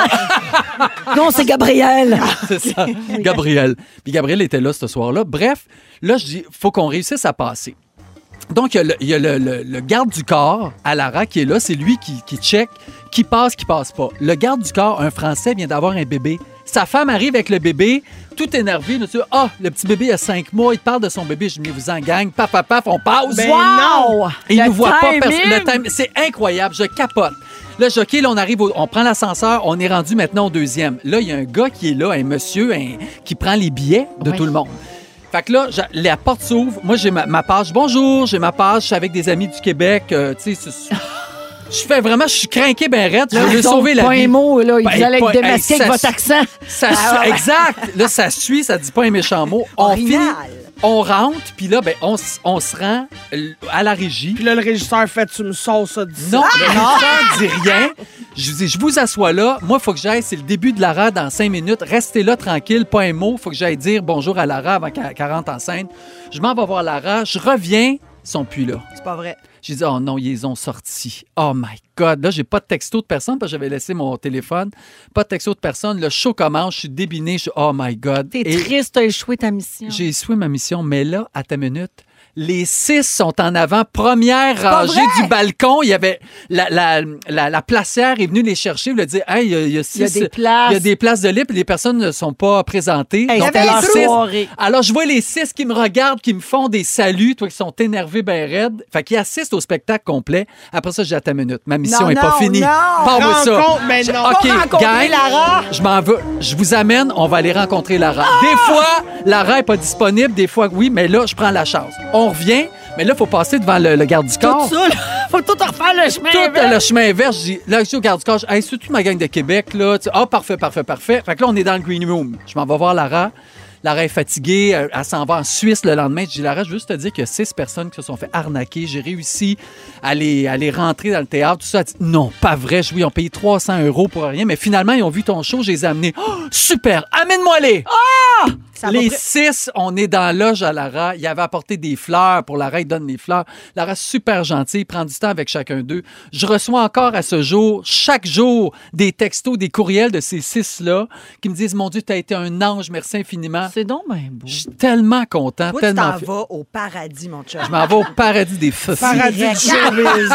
S3: non, c'est Gabriel!
S8: [LAUGHS] C'est ça. Gabriel. Puis Gabriel était là ce soir-là. Bref, là, je dis, faut qu'on réussisse à passer. Donc, il y a le, il y a le- le- le garde du corps, Alara, qui est là. C'est lui qui, qui check, qui passe, qui passe pas. Le garde du corps, un Français, vient d'avoir un bébé. Sa femme arrive avec le bébé, tout énervé. Là, tu vois, ah, le petit bébé a cinq mois, il te parle de son bébé. Je dis, Mais vous en gagne, paf, paf, paf, on passe.
S3: wow!
S8: Il
S3: Ben Le
S8: nous voit pas
S3: timing!
S8: personne. Le timing, C'est incroyable, je capote. Là, je, OK, là, on arrive, au- on prend l'ascenseur, on est rendu maintenant au deuxième. Là, il y a un gars qui est là, un monsieur, un- qui prend les billets de
S3: Oui.
S8: tout le monde. Fait que là, j'a- la porte s'ouvre. Moi, j'ai ma, ma page. Bonjour, j'ai ma page. Je suis avec des amis du Québec. euh, tu sais, c'est- je fais vraiment, je suis craqué ben raide. Je veux lui
S3: Ils ont
S8: sauver la
S3: pas
S8: vie.
S3: un mot, là. Ils
S8: Ben,
S3: allaient
S8: pas-
S3: être démasqués
S8: hey,
S3: avec
S8: ça
S3: votre
S8: se-
S3: accent. Ah,
S8: Ça
S10: Ah,
S8: su- exact. Là, ça suit, ça dit pas un méchant mot. On
S9: Original.
S8: finit, on rentre, puis là, ben, on, s- on se rend euh, à la régie.
S11: Puis là, le régisseur fait Tu me sors ça d'ici.
S8: Non, le régisseur dit rien. Je vous dis, je vous assois là. Moi, il faut que j'aille. C'est le début de Lara dans cinq minutes. Restez là, tranquille, pas un mot. faut que j'aille dire bonjour à Lara avant qu'elle qu'elle rentre en scène. Je m'en vais voir Lara. Je reviens. Ils sont plus là.
S9: C'est pas vrai.
S8: J'ai dit, oh non, ils les ont sortis. Oh my God. Là, j'ai pas de texto de personne parce que j'avais laissé mon téléphone. Pas de texto de personne. Le show commence. Je suis débiné. Je suis, oh my God.
S3: T'es
S8: Et-
S3: triste, t'as échoué ta mission.
S8: j'ai échoué ma mission, mais là, à ta minute, les six sont en avant, première rangée du balcon. Il y avait la, la, la, la placière est venue les chercher, elle a dit Hey, il y a, il y a six.
S3: Il y a des places.
S8: il y a des places de libre, les personnes ne sont pas présentées.
S3: Hey,
S8: Donc,
S3: c'était
S8: alors,
S3: leur
S8: six-
S3: soirée.
S8: alors, je vois les six qui me regardent, qui me font des saluts, toi, qui sont énervés, ben raides. Fait qu'ils assistent au spectacle complet. Après ça, j'ai à ta minute. Ma mission
S9: Non,
S8: n'est pas
S9: non,
S8: finie.
S9: non.
S8: Parle-moi de ça.
S11: Rencontre, mais
S8: Je-
S11: non.
S8: OK,
S9: Va rencontrer
S8: gang,
S9: Lara.
S8: je m'en veux. Je vous amène, on va aller rencontrer Lara.
S3: Ah!
S8: Des fois, Lara n'est pas disponible, des fois, oui, mais là, je prends la chance. On revient, mais là, il faut passer devant le, le garde du corps.
S3: Tout ça, là, faut tout refaire le chemin.
S8: Tout
S3: là.
S8: le chemin inverse, j'ai là, je dis au garde du corps, je dis, hey, c'est toute ma gang de Québec, là. Tu- Ah, parfait, parfait, parfait. Fait que là, on est dans le green room. Je m'en vais voir Lara. Lara est fatiguée, elle, elle s'en va en Suisse le lendemain. Je dis, Lara, je veux juste te dire qu'il y a six personnes qui se sont fait arnaquer. J'ai réussi à les, à les rentrer dans le théâtre, tout ça. Elle dit, non, pas vrai. Je, oui, on payé 300 euros pour rien, mais finalement, ils ont vu ton show, je les ai amenés. Oh, super, amène-moi les!
S12: Ah!
S9: Ça
S8: Les
S9: va pr-
S8: six, on est dans la loge à Lara. Il avait apporté des fleurs pour Lara. Il donne les fleurs. Lara, super gentille, prend du temps avec chacun d'eux. Je reçois encore à ce jour, chaque jour, des textos, des courriels de ces six-là qui me disent Mon Dieu, t'as été un ange, merci infiniment.
S3: C'est donc bien beau.
S8: Je suis tellement content,
S9: Toi, tu
S8: Ah, tellement.
S9: t'en
S8: fi-
S9: vas au paradis, mon chum.
S8: Je m'en vais
S3: [LAUGHS]
S8: au paradis des feux.
S11: Paradis du showbiz.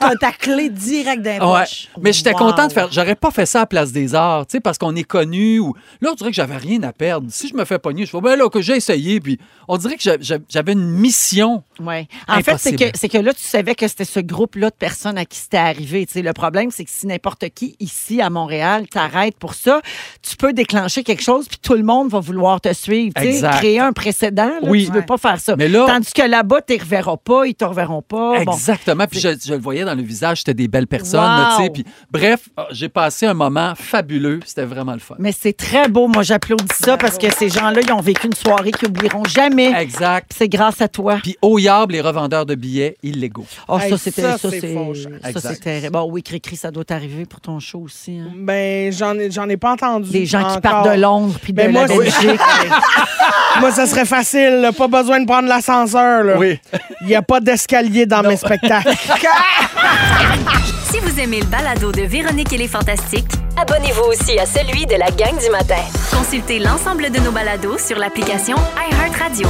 S9: T'as ta clé direct
S3: Eh,
S9: d'un
S8: Ouais.
S9: poche.
S8: Mais j'étais
S9: Wow.
S8: content de faire. J'aurais pas fait ça à la place des arts, tu sais, parce qu'on est connu. Ou... Là, on dirait que j'avais rien à perdre. Si je me fais pogner, je fais, ben là, que j'ai essayé. Puis on dirait que j'a- j'a- j'avais une mission.
S3: Ouais. En fait, c'est
S8: Impossible.
S3: que, c'est que là, tu savais que c'était ce groupe-là de personnes à qui c'était arrivé. Tu sais, le problème, c'est que si n'importe qui, ici, à Montréal, t'arrête pour ça, tu peux déclencher quelque chose, puis tout le monde va vouloir te suivre. Tu sais,
S8: Exact.
S3: créer un précédent, là,
S8: Oui.
S3: tu veux pas faire ça.
S8: Mais là-
S3: Tandis que là-bas, tu reverras pas, ils te reverront pas. Bon.
S8: Exactement. Puis je, je le voyais dans le visage, c'était des belles personnes. là, tu sais.
S3: Wow.
S8: Puis, bref, ah, j'ai passé un moment fabuleux. C'était vraiment le fun.
S3: Mais c'est très beau. Moi, j'applaudis ça parce que ces gens-là, ils ont vécu une soirée qu'ils oublieront jamais.
S8: Exact.
S3: Puis C'est grâce à toi.
S8: Puis au Yab, les revendeurs de billets illégaux.
S3: Oh,
S11: Hey,
S3: ça, c'était.
S11: ça,
S3: Ça,
S11: c'est
S3: c'est.
S11: fâchant.
S3: Ça, c'est
S8: Exact.
S3: terrible. Bon, oui, Cricri, ça doit t'arriver pour ton show aussi. hein.
S11: Ben, j'en ai, j'en ai pas entendu.
S3: Des gens qui
S11: encore.
S3: partent de Londres puis de
S11: Ben, moi,
S3: la Belgique.
S11: [LAUGHS] Moi, ça serait facile. là. Pas besoin de prendre l'ascenseur. là. Il n'y a pas d'escalier dans mes spectacles.
S1: [LAUGHS] Si vous aimez le balado de Véronique et les Fantastiques,
S2: Abonnez-vous aussi à celui de la gang du matin.
S1: consultez l'ensemble de nos balados sur l'application iHeartRadio.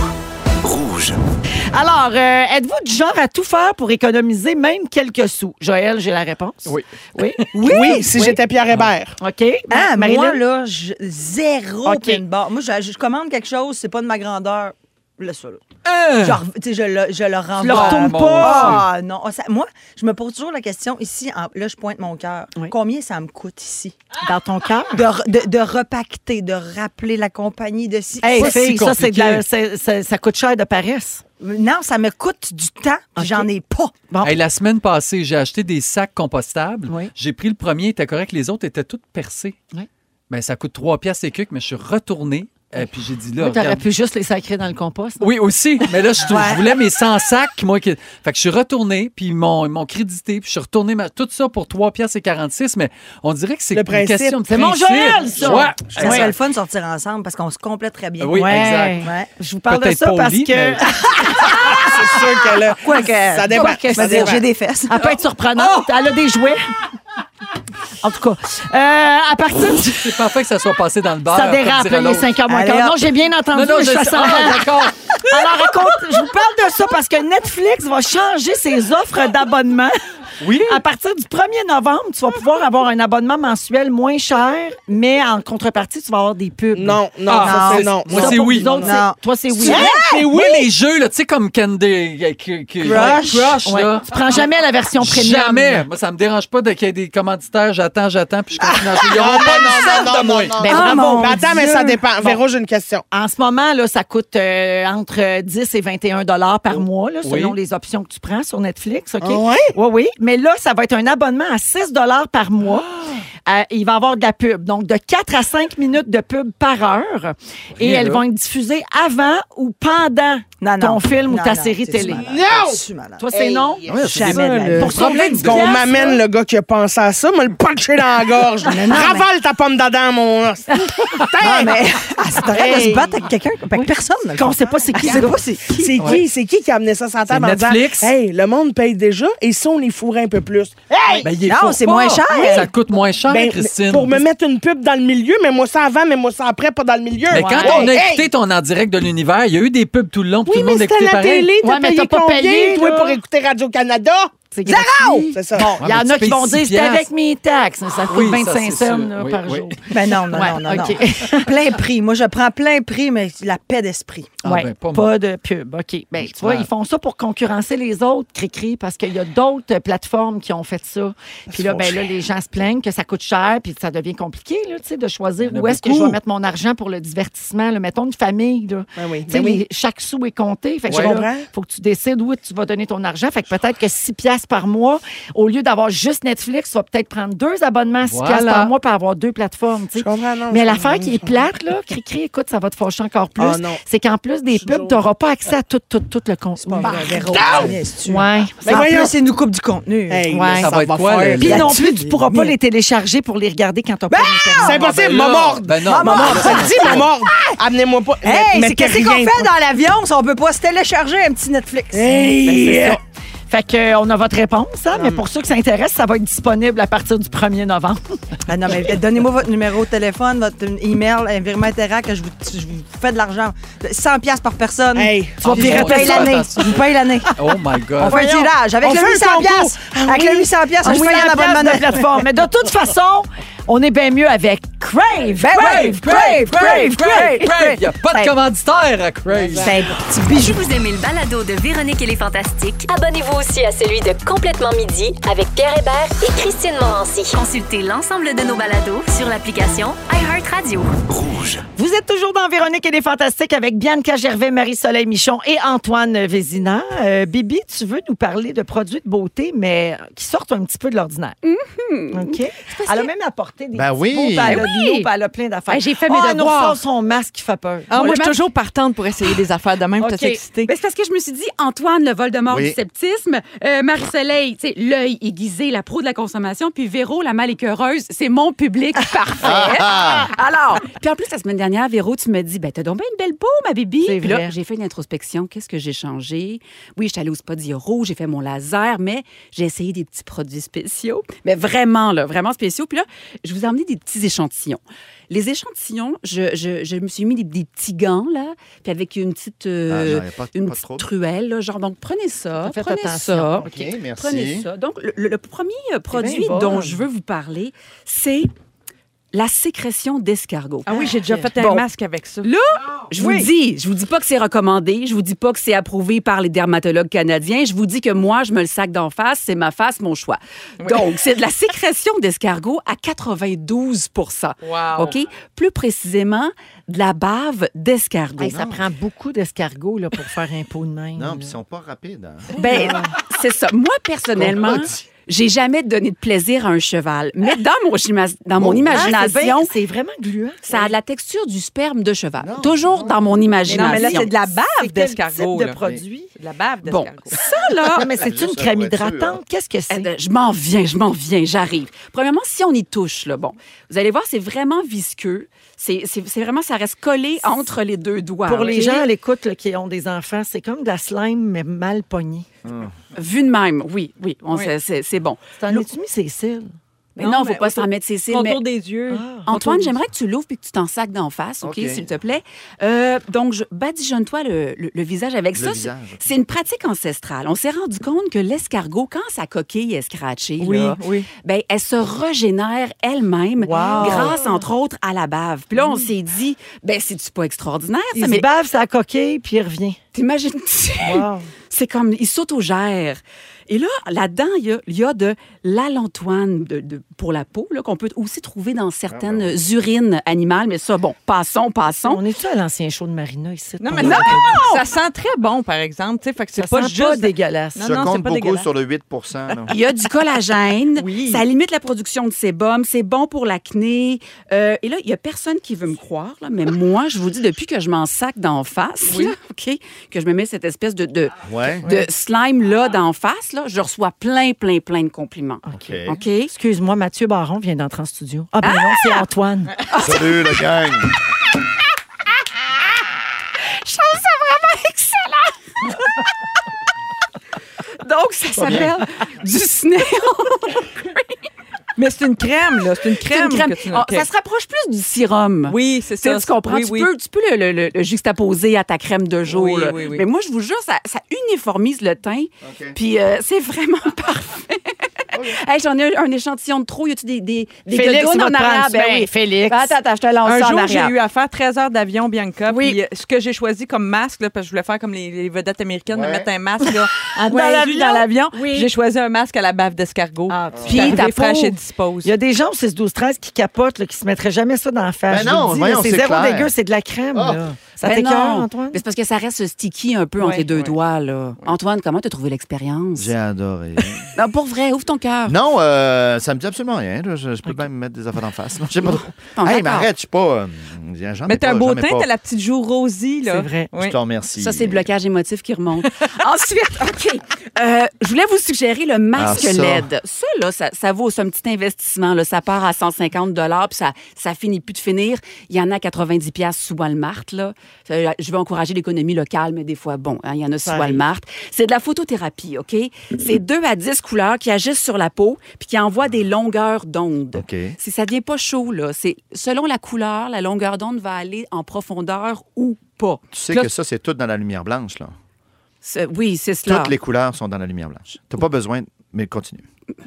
S3: Alors, euh, êtes-vous du genre à tout faire pour économiser même quelques sous? Joël, j'ai la réponse.
S8: Oui.
S9: [LAUGHS]
S3: Oui.
S11: oui, si j'étais Pierre Hébert.
S3: OK.
S9: Ah,
S3: Marilyn?
S9: moi, là, je- zéro
S3: OK.
S9: pin bar. Moi, je, je commande quelque chose, c'est pas de ma grandeur. je laisse ça là. Genre, tu sais, je le, je le renvoie.
S3: Euh. le retournes pas?
S9: Ah non. Ah, ça- moi, je me pose toujours la question ici. en- là, je pointe mon cœur. Combien ça me coûte ici?
S3: Dans ton cœur?
S9: De, re- de, de repacter, de rappeler la compagnie de si.
S3: Hey,
S9: Ça,
S3: fille,
S9: c'est
S3: ça, c'est de
S9: compliqué.
S3: la- c'est- ça, ça coûte cher de paresse.
S9: Non, ça me coûte du temps, puis j'en ai pas.
S8: Hey, la semaine passée, j'ai acheté des sacs compostables.
S3: Oui.
S8: J'ai pris le premier, il était correct. Les autres étaient toutes percés.
S3: Oui.
S8: Ben, ça coûte 3 piastres et quelques, mais je suis retourné. et puis j'ai dit là,
S3: Moi, t'aurais
S8: regarde.
S3: pu juste les sacrer dans le compost.
S8: Oui, aussi. Mais là, je, je voulais mes 100 sacs. Moi, qui... Fait que je suis retourné, puis ils m'ont ils m'ont crédité, puis je suis retourné. ma- Tout ça pour 3 piastres et 46, mais on dirait que c'est
S11: Le
S8: une
S11: principe.
S8: question de
S3: C'est mon
S8: principe.
S3: Joël, ça!
S8: Ouais.
S9: Ça serait le fun de sortir ensemble parce qu'on se complète très bien.
S8: Oui,
S3: Ouais.
S8: exact.
S9: Ouais.
S3: Je vous parle de
S8: Peut-être
S3: ça
S8: pas au
S3: parce
S8: lit,
S3: que.
S8: mais-
S6: Ah,
S3: [LAUGHS]
S11: C'est sûr qu'elle a.
S9: Quoi que.
S11: Ça dépend.
S9: quoi que
S11: Ça
S9: ça dépend.
S11: dépend.
S9: J'ai des fesses.
S3: Elle peut être surprenante. Elle a des jouets. En tout cas, euh, à partir du.
S8: C'est parfait que ça soit passé dans le bar.
S3: Ça dérape, là, les 5 heures moins
S9: Allez,
S3: quart.
S9: hop.
S3: Non, j'ai bien entendu,
S8: Non, non,
S3: mais je
S8: je
S3: fais
S8: sais.
S3: semblant.
S8: Ah, d'accord.
S3: [LAUGHS] Alors, raconte, je vous parle de ça parce que Netflix va changer ses offres d'abonnement.
S8: Oui.
S3: À partir du 1er novembre, tu vas pouvoir avoir un abonnement mensuel moins cher, mais en contrepartie, tu vas avoir des pubs.
S11: Non, non,
S8: Ah,
S11: ça c'est
S8: c'est-
S11: non.
S8: moi,
S3: Ça,
S11: Non.
S8: c'est
S3: pour
S8: oui.
S3: vous autres, c'est-
S9: Non.
S3: Toi, c'est oui.
S8: C'est oui, les jeux, là, tu sais, comme Candy. euh, que- que-
S9: Crush.
S8: Crush,
S3: Ouais.
S8: là.
S3: Tu prends jamais la version premium.
S8: Jamais. Moi, ça me dérange pas de qu'il y ait des commanditaires. J'attends, j'attends, puis je
S11: Ah.
S8: continue à jouer. Ils
S3: Ah,
S8: auront pas une scène de moins.
S3: Ben,
S9: Ah,
S3: bravo.
S9: mon
S11: Mais attends, mais ça dépend. Véro, j'ai une question.
S3: En ce moment, là, ça coûte euh, entre 10 et 21 dollars par mois, là, selon
S8: Oui.
S3: les options que tu prends sur Netflix. OK?
S11: Oh, Ah ouais?
S3: Oui, oui. Mais là, ça va être un abonnement à 6 dollars par mois.
S11: Ah!
S3: Euh, il va y avoir de la pub. Donc, de 4 à 5 minutes de pub par heure. Et
S8: Rien,
S3: elles
S8: là.
S3: vont être diffusées avant ou pendant
S9: Non, non.
S3: ton film
S9: Non,
S3: ou ta
S9: non,
S3: série
S9: t'es-tu
S3: télé.
S9: malade?
S11: Non!
S9: T'es-tu malade?
S3: Toi, c'est non?
S9: Ah Jamais de la vie.
S11: le
S3: Pour sauver
S8: problème,
S3: 10
S8: c'est
S11: Qu'on
S3: piastres,
S11: m'amène
S3: là.
S11: le gars qui a pensé à ça, me le puncher dans
S9: [LAUGHS]
S11: la gorge. Ravale ta pomme d'Adam, mon os.
S9: Non, mais ah, c'est en train de se battre avec quelqu'un, avec personne. dans le
S3: Qu'on
S9: fond.
S3: sait pas c'est qui.
S9: Je sais pas c'est qui.
S11: C'est qui, c'est qui qui a amené ça sur la table
S8: C'est
S11: en disant,
S8: Netflix.
S11: Hey, le monde paye déjà et si on les fourrait un peu plus.
S8: Ben, il est
S9: Non,
S8: faux
S9: c'est
S8: pas.
S9: moins cher.
S8: Ça coûte moins cher,
S11: Ben,
S8: Christine.
S11: Pour me mettre une pub dans le milieu, mais moi ça avant, mais moi ça après, pas dans le milieu.
S8: Mais quand
S11: Ouais.
S8: on a
S11: Hey,
S8: écouté ton en direct de l'univers, il y a eu des pubs tout le long, puis
S11: Oui,
S8: tout le
S11: mais
S8: monde
S11: c'était
S8: écoutait
S11: la
S8: pareil.
S11: télé,
S3: Ouais,
S11: t'as
S3: mais
S11: payé
S3: t'as pas
S11: combien,
S3: payé,
S11: toi,
S3: là?
S11: pour écouter Radio-Canada?
S3: C'est
S11: Zéro!
S3: gratuit.
S11: C'est ça.
S3: Bon, il y
S8: Ouais,
S3: en
S8: mais
S3: a
S8: tu
S3: qui vont
S8: payes
S3: dire
S8: six
S3: c'est avec
S8: piastres.
S3: mes taxes. Ah Ça coûte
S8: oui, ça,
S3: 25
S8: c'est sûr.
S3: cents là,
S8: Oui,
S3: par
S8: oui.
S3: [LAUGHS] jour.
S9: Ben non, non,
S3: Ouais,
S9: non, non,
S3: OK.
S9: non. Plein prix. Moi, je prends plein prix, mais la paix d'esprit.
S8: Ah,
S3: Ouais,
S8: ben, pas
S3: pas,
S8: moi.
S3: de pub. OK. Ben, tu vois,
S8: comprends.
S3: ils font ça pour concurrencer les autres, Cricri, parce qu'il y a d'autres euh, plateformes qui ont fait ça. Puis là, ben, là, les gens se plaignent que ça coûte cher, puis ça devient compliqué là, tu sais, de choisir
S8: en a
S3: où est-ce que
S8: beaucoup.
S3: je vais mettre mon argent pour le divertissement. là. Mettons une famille. Là.
S11: Ben oui,
S3: Tu sais,
S11: ben oui.
S3: les- chaque sou est compté. Fait que
S8: Ouais.
S3: là,
S8: Je
S11: comprends.
S3: faut que tu décides où tu vas donner ton argent. Fait que peut-être que 6 piastres par mois, au lieu d'avoir juste Netflix, tu vas peut-être prendre deux abonnements à 6
S8: Voilà.
S3: piastres par mois pour avoir deux plateformes. tu sais.
S11: Je comprends, non,
S3: Mais
S11: je
S3: l'affaire
S11: comprends,
S3: qui est
S11: je comprends.
S3: plate, là, Cricri, écoute, ça va te fâcher encore plus.
S11: Ah, non.
S3: c'est qu'en plus des pubs, tu n'auras pas accès à tout, tout, tout le contenu.
S9: Bah, Véro, niaises-tu?
S3: Ouais.
S11: Ben
S9: En
S11: voyons.
S9: plus, c'est nous coupe du contenu.
S11: Hey,
S3: Ouais.
S11: ça,
S8: Ça va
S11: va
S8: être quoi,
S11: faire.
S8: le-
S3: Puis
S9: la
S3: non
S9: tue
S3: plus,
S9: des
S3: tu pourras pas
S9: mille.
S3: les télécharger pour les regarder quand t'as pas
S11: Ah! C'est
S3: Internet.
S11: impossible,
S8: là,
S11: me mordre.
S8: ben non.
S11: Me
S8: Maman.
S11: mordre. Ça te dit, me mordre.
S3: Ah!
S11: Amenez-moi pas.
S9: Hey,
S11: Mais-
S9: c'est
S11: mettez
S9: qu'est-ce
S11: rien,
S9: qu'on fait
S11: quoi.
S9: dans l'avion si on peut pas se télécharger un petit Netflix? Ben,
S11: Hey!
S3: Ben, C'est ça. Fait que, euh, on a votre réponse, hein, mais pour ceux que ça intéresse, ça va être disponible à partir du 1er novembre.
S9: [LAUGHS] Ah non, mais donnez-moi votre numéro de téléphone, votre email, un virement interact, que je vous, je vous fais de l'argent. 100 pièces par personne.
S11: Hey.
S9: Tu vas
S8: Ah,
S9: payer
S8: bon,
S9: payer
S8: ça,
S9: l'année.
S8: attention.
S9: Je vous paye l'année.
S8: Oh my
S9: On
S8: God.
S9: fait un
S11: voyons.
S9: tirage. Avec
S11: On fait un
S9: le 800
S11: concours.
S9: pièces.
S11: Ah
S9: Avec
S11: oui.
S9: le 800 pièces,
S3: Ah
S9: je vous
S3: oui,
S9: paye
S3: à
S9: un
S3: la place de la
S9: abonnement.
S3: plateforme. Mais de toute façon, on est bien mieux avec Crave.
S9: Ben oui, Crave, Crave, Crave,
S8: Crave, il n'y a pas de
S9: Ben-
S8: commanditaire à Crave.
S9: Ben, petit bijou.
S1: Si vous aimez le balado de Véronique et les Fantastiques,
S2: Abonnez-vous aussi à celui de Complètement Midi avec Pierre Hébert et Christine Morancy.
S1: consultez l'ensemble de nos balados sur l'application iHeartRadio.
S3: Vous êtes toujours dans Véronique et les Fantastiques avec Bianca Gervais, Marie-Soleil Michon et Antoine Vézina. Euh, Bibi, tu veux nous parler de produits de beauté, mais qui sortent un petit peu de l'ordinaire.
S12: Mm-hmm.
S3: OK? Elle a même apporté des
S6: Ben
S3: petits
S6: oui.
S3: pots, puis elle a de
S12: Oui.
S3: l'eau, puis elle a plein d'affaires.
S12: Hey, j'ai fait mes
S3: Ah, elle nous
S12: devoirs.
S3: ressort son masque qui fait peur.
S12: Ah, moi,
S3: Ouais,
S12: je suis toujours partante pour essayer des affaires de même,
S3: OK.
S12: okay. excitée.
S10: Ben, c'est parce que je me suis dit, Antoine, le Voldemort
S6: Oui.
S10: du sceptisme, euh, Marie-Soleil, tu sais, l'œil aiguisé, la pro de la consommation, puis Véro, la mal écœureuse, c'est mon public parfait. [LAUGHS] Alors, puis en plus, la semaine dernière, Véro, tu me dis, ben, t'as donc bien une belle peau, ma bibi.
S3: C'est
S10: Puis là,
S3: vrai.
S10: j'ai fait une introspection. Qu'est-ce que j'ai changé? Oui, je suis allée au spa d'Iro, j'ai fait mon laser, mais j'ai essayé des petits produits spéciaux. Mais vraiment, là, vraiment spéciaux. Puis là, je vous ai emmené des petits échantillons. Les échantillons, je, je- je me suis mis des, des petits gants, là, puis avec une petite, euh,
S6: Ah, non, y a pas-
S10: une
S6: pas de
S10: petite
S6: trouble.
S10: truelle, là, genre. Donc, prenez ça,
S12: Ah,
S3: Faites
S10: prenez
S3: attention.
S10: ça.
S6: OK, merci.
S12: Eh ben,
S10: Prenez ça. Donc, le, le- le premier euh,
S3: bien
S10: produit
S3: bonne.
S10: dont je veux vous parler, c'est la sécrétion d'escargot.
S12: Ah oui, j'ai déjà fait un
S10: Bon.
S12: masque avec ça. Ah,
S10: Là, je vous dis, je vous dis pas que c'est recommandé, je vous dis pas que c'est approuvé par les dermatologues canadiens, je vous dis que moi, je me le sac d'en face, c'est ma face, mon choix. Donc, c'est de la sécrétion d'escargot à 92
S12: Wow.
S10: OK? Plus précisément, de la bave d'escargot.
S3: Hey,
S12: Ah.
S3: ça prend beaucoup d'escargots là, pour faire un pot de main.
S10: Non,
S6: Ils sont pas rapides. hein.
S10: Ben, c'est ça. Moi, personnellement,
S6: On l'a dit.
S10: j'ai jamais donné de plaisir à un cheval.
S12: Ah!
S10: Mais dans mon, chima- dans mon
S3: Oh, ah, c'est bien,
S10: imagination,
S3: c'est vraiment gluant.
S10: ça a de la texture du sperme de cheval. Toujours dans mon imagination.
S12: mais là, c'est de la bave d'escargot.
S3: de
S12: là.
S3: produit?
S12: C'est De la bave
S10: Bon,
S12: d'escargot.
S10: ça, Ben, là.
S3: Non, mais c'est une crème hydratante. Qu'est-ce que
S10: Eh ben, Je m'en viens, je m'en viens, j'arrive. Premièrement, si on y touche, là, bon, vous allez voir, c'est vraiment visqueux. C'est c'est- c'est vraiment, ça reste collé entre les deux doigts.
S3: Pour les
S10: OK?
S3: gens à l'écoute là, qui ont des enfants, c'est comme de la slime, mais mal pognée.
S6: Hmm.
S10: Vu de même, oui, oui, on
S3: Oui.
S10: sait- c'est c'est bon.
S3: T'en as-tu mis ses cils?
S10: Mais non, faut pas s'en mettre ses cils. mais-
S12: Contour des yeux.
S10: Antoine, j'aimerais que tu l'ouvres puis que tu t'en sacs d'en face, OK,
S12: Ah, OK.
S10: s'il te plaît. Euh, donc, je- badigeonne-toi le, le- le visage avec
S6: Le
S10: ça.
S6: visage,
S10: C'est-
S6: OK.
S10: C'est une pratique ancestrale. On s'est rendu compte que l'escargot, quand sa coquille est scratchée,
S12: Oui,
S10: là,
S12: oui.
S10: ben, elle se régénère elle-même grâce, entre autres, à la bave. Puis là, on s'est dit, ben, c'est-tu pas extraordinaire,
S3: Il
S10: ça?
S3: se
S10: Mais
S3: bave sa coquille, puis il revient.
S10: t'imagines-tu?
S3: Wow.
S10: C'est comme, il s'autogère. Et là, là-dedans, il y a- il y, a de l'alantoine de- de- pour la peau, là, qu'on peut aussi trouver dans
S6: Ah,
S10: certaines
S6: ben
S10: urines animales. Mais ça, bon, passons, passons.
S3: On est-tu à l'ancien show de Marina ici?
S12: Non, mais non! Ça sent très bon, par exemple. tu sais, Fait que c'est
S3: Ça
S12: pas
S3: sent
S12: juste.
S3: pas dégueulasse.
S12: Non,
S6: je
S12: non, c'est
S6: compte
S12: pas
S6: beaucoup
S12: dégueulasse.
S6: sur le 8 là.
S10: Il y a du collagène, ça limite la production de sébum, c'est bon pour l'acné. Euh, et là, il y a personne qui veut me croire, là, mais moi, je vous dis, depuis que je m'en sac d'en face, là, OK, que je me mets cette espèce de, de,
S6: Ouais.
S10: de slime-là d'en face, là, je reçois plein, plein, plein de compliments.
S6: OK.
S10: OK?
S3: Excuse-moi, Mathieu Baron vient d'entrer en studio. Ah, ben non, c'est
S10: [LAUGHS]
S3: Antoine.
S10: Ah,
S6: Salut, le gang.
S10: Je trouve ça vraiment excellent! [LAUGHS] Donc, ça s'appelle du snail.
S12: Mais c'est une crème, là. C'est une crème.
S10: C'est une crème.
S12: que tu-
S10: Ah,
S12: OK.
S10: Ça se rapproche plus du sérum.
S12: Oui, c'est
S10: Tu sais,
S12: ça.
S10: tu comprends?
S12: Oui,
S10: tu,
S12: oui.
S10: Peux, tu peux le, le- le- le juxtaposer à ta crème de jour.
S12: Oui,
S10: là.
S12: oui, oui.
S10: Mais moi, je vous jure, ça, ça uniformise le teint. Puis euh, c'est vraiment [LAUGHS] parfait. Hey, J'en ai un, un échantillon de trop. Y a-tu des, des, des
S3: Félix,
S10: godounes
S3: il va
S10: en
S3: te prendre
S10: arabe?
S3: soin. Félix.
S10: Ben, Attends, attends, je te lance
S12: Un
S10: ça en
S12: jour, j'ai
S10: arabe.
S12: eu à faire 13 heures d'avion, Bianca.
S10: Oui.
S12: Puis euh, ce que j'ai choisi comme masque, là, parce que je voulais faire comme les, les vedettes américaines, de
S6: Ouais.
S12: mettre un masque [LAUGHS] là, en- dans
S3: Ouais.
S12: l'avion. Ah, Dans l'avion. Ah,
S3: Oui.
S12: J'ai choisi un masque à la bave d'escargot.
S10: Puis
S12: Puis
S10: ta
S12: ta fraîche
S10: peau-
S12: et dispose.
S3: Il y a des gens au 6 12 13 qui capotent, là, qui se mettraient jamais ça dans la face.
S6: Ben non,
S3: Je vous le dis,
S6: voyons,
S3: là, c'est
S6: c'est
S3: zéro
S6: clair.
S3: dégueu, c'est de la crème.
S6: Ah.
S3: là. Ça
S10: Ben
S3: t'écœure,
S10: non.
S3: Antoine?
S10: Mais C'est parce que ça reste sticky un peu entre les deux doigts. là. Antoine, comment t'as trouvé l'expérience?
S6: J'ai adoré.
S10: Non, pour vrai, ouvre ton cœur.
S6: non, euh, ça me dit absolument rien. Je, je peux même me mettre des affaires en face. là. J'ai pas trop-
S10: Non,
S6: [LAUGHS] Hey, mais
S10: d'accord.
S6: arrête, je suis pas. euh, j'en ai
S12: Mais t'as
S6: pas,
S12: un beau
S6: j'en ai
S12: teint,
S6: pas.
S12: t'as la petite joue rosie. là.
S3: C'est vrai.
S12: Oui.
S6: Je te remercie.
S10: Ça, c'est le blocage émotif qui remonte. [LAUGHS] Ensuite, OK. euh, je voulais vous suggérer le masque
S6: Ah, ça.
S10: LED. Ça, là, ça, ça vaut c'est un petit investissement. Là. Ça part à 150 puis ça, ça finit plus de finir. Il y en a à 90 sous Walmart. Là. Ça, Je veux encourager l'économie locale, mais des fois, bon, hein, il y en a sous
S3: Ça arrive.
S10: Walmart. C'est de la photothérapie, OK? C'est 2 à 10 couleurs qui agissent sur la peau puis qui envoient des longueurs d'onde.
S6: OK.
S10: Si ça devient pas chaud, là, c'est selon la couleur, la longueur d'onde va aller en profondeur ou pas.
S6: Tu sais
S10: Là,
S6: que ça, c'est tout dans la lumière blanche. là.
S10: c'est- Oui, c'est cela.
S6: Toutes les couleurs sont dans la lumière blanche. T'as pas besoin, de- mais continue.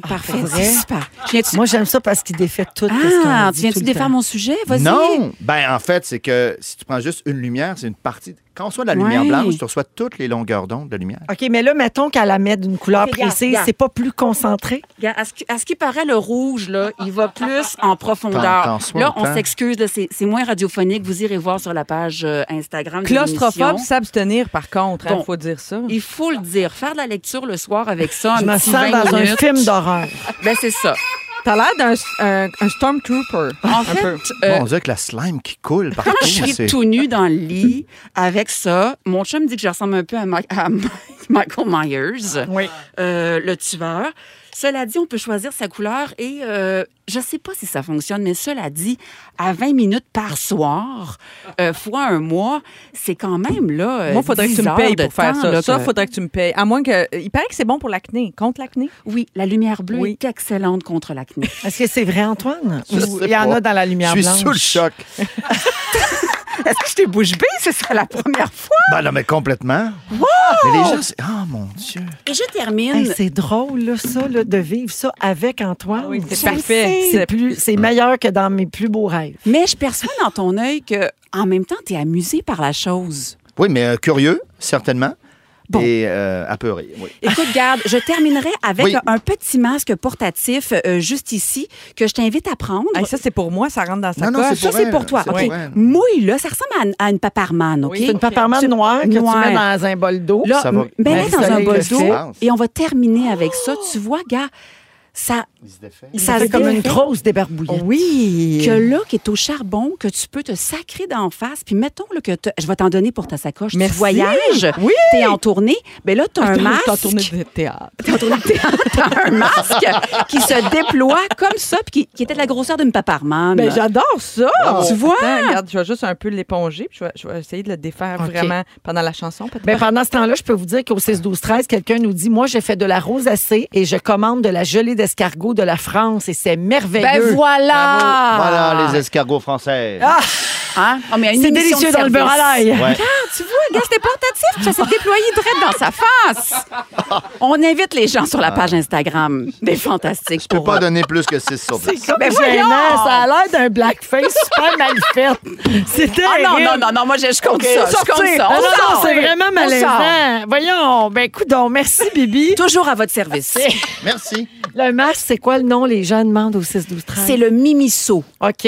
S10: Parfait,
S3: Ah, Pour vrai?
S10: c'est super. Viens-tu-
S3: Moi, j'aime ça parce qu'il défait tout. qu'est-ce qu'on
S10: Ah,
S3: dit tout
S10: tu viens-tu
S3: le
S10: défaire
S3: temps.
S10: mon sujet? Vas-y.
S6: Non! Ben, en fait, c'est que si tu prends juste une lumière, c'est une partie. Quand on reçoit de la lumière
S10: Ouais.
S6: blanche, tu reçois toutes les longueurs d'onde de lumière.
S3: OK, mais là, mettons qu'elle la met d'une couleur
S10: Ok, regarde,
S3: précise,
S10: regarde.
S3: c'est pas plus concentré?
S10: Regarde, À ce, qui- à ce qui paraît, le rouge, là, il va plus en profondeur.
S6: T'en- t'en sois
S10: là,
S6: autant.
S10: on s'excuse, là, c'est c'est moins radiophonique. Vous irez voir sur la page euh, Instagram. de
S12: Claustrophobe,
S10: l'émission.
S12: s'abstenir, par contre. Il
S10: Bon.
S12: faut dire ça.
S10: Il faut le dire. Faire de la lecture le soir avec ça, un
S3: Je me
S10: petit
S3: sens
S10: 20
S3: dans un
S10: minutes,
S3: film d'horreur.
S10: ben, c'est ça.
S12: T'as l'air d'un un- un stormtrooper.
S10: En
S12: un
S10: fait,
S12: peu.
S10: euh,
S6: Bon, on dirait que la slime qui coule partout.
S10: Quand [LAUGHS] je suis
S6: c'est-
S10: tout nu dans le lit avec ça, mon chum dit que je ressemble un peu à, Ma- [LAUGHS] à Michael
S12: Ah,
S10: Myers,
S3: Oui.
S10: euh, le tueur. Cela dit, on peut choisir sa couleur et euh, je sais pas si ça fonctionne, mais cela dit, à 20 minutes par soir, euh, fois un mois, c'est quand même là. euh,
S12: Moi, faudrait que
S10: 10
S12: tu me
S10: heures
S12: payes
S10: de
S12: pour faire
S10: temps,
S12: ça.
S10: là,
S12: Ça,
S10: que-
S12: faudrait que tu me payes. À moins que. euh, Il paraît que c'est bon pour l'acné. Contre l'acné?
S10: Oui, la lumière bleue
S12: Oui.
S10: est excellente contre l'acné.
S3: Est-ce que c'est vrai, Antoine?
S6: Je
S3: Ou
S6: sais
S3: il y en
S6: pas.
S3: a dans la lumière
S6: Je suis
S3: blanche?
S6: sous le choc.
S10: Est-ce que j'étais bouche bée? C'est ça la première fois?
S6: Ben non, mais complètement.
S10: Wow!
S6: Mais les gens, c'est-
S12: Ah,
S6: oh mon Dieu.
S10: Et je termine.
S3: Hey, c'est drôle, là, ça, là, de vivre ça avec Antoine.
S10: Ah c'est
S3: Je le
S10: parfait.
S3: sais. C'est plus- C'est meilleur que dans mes plus beaux rêves.
S10: Mais je perçois dans ton œil que, en même temps, t'es amusé par la chose.
S6: Oui, mais euh, curieux, certainement. Et euh, apeuré, oui.
S10: Écoute, garde, je terminerai avec
S6: Oui.
S10: un petit masque portatif euh, juste ici que je t'invite à prendre. ça, c'est pour moi, ça rentre dans
S12: sa
S3: Non, non, poche. c'est
S10: Ça,
S3: pour
S10: c'est
S3: elle,
S10: pour toi.
S3: c'est pour
S10: OK.
S3: elle.
S10: Mouille-le. Ça ressemble à une- à, une paparmane, OK?
S3: C'est une paparmane noire que tu mets dans un bol d'eau.
S10: Là, m- mets-la dans un bol d'eau
S3: d'eau.
S10: et on va terminer avec ça. Tu vois, gars, ça...
S3: Ça Oh. fait comme une
S10: défait.
S3: grosse débarbouillette.
S10: Oui. Que là, qui est au charbon, que tu peux te sacrer d'en face. Puis mettons là, que t'as- je vais t'en donner pour ta sacoche.
S12: Merci.
S10: Tu voyages,
S12: Oui.
S10: t'es en tournée. Mais là, t'as un
S12: Attends,
S10: masque.
S12: t'es en tournée de théâtre.
S10: T'es en tournée de théâtre. T'as un masque qui se déploie comme ça, puis qui, qui était de la grosseur d'une paparmane.
S12: Ben, j'adore ça.
S10: Oh, Tu
S3: Oh.
S10: vois?
S12: Attends, regarde, je vais juste un peu l'éponger, puis je vais, je vais essayer de le défaire
S3: OK.
S12: vraiment pendant la chanson. peut-être.
S3: Ben, pendant ce temps-là, je peux vous dire qu'au 6-12-13, quelqu'un nous dit Moi, j'ai fait de la rosacée et je commande de la gelée d'escargot de la France et c'est merveilleux.
S10: Ben voilà!
S6: Voilà les escargots français.
S3: Ah!
S10: Hein? Oh, mais une
S3: C'est
S10: émission
S3: délicieux
S10: de
S3: dans le beurre à
S10: service.
S3: l'ail. Ouais.
S10: Regarde, tu vois, regarde, c'était portatif, puis ça s'est déployé direct dans sa face. On invite les gens sur la page Instagram des Fantastiques.
S6: Je peux pas donner plus que 6 sur 10.
S3: comme
S10: Ben
S3: gênant,
S10: voyons!
S3: ça a l'air d'un blackface
S10: [LAUGHS]
S3: super mal fait. C'est
S10: Ah
S3: terrible.
S10: non, non, non, non, moi, je, je compte
S3: Ok,
S10: ça. Je
S3: sortir.
S10: compte ça.
S3: Ah
S10: On
S3: non, non,
S10: sort.
S3: c'est
S10: Oui,
S3: vraiment
S10: on
S3: malaisant. Voyons, ben coudon, merci Bibi.
S10: sort. [LAUGHS] Toujours à votre service.
S6: Merci.
S3: Le masque, c'est quoi le nom? Les gens demandent au 6 12 13
S10: C'est le Mimiso.
S3: OK,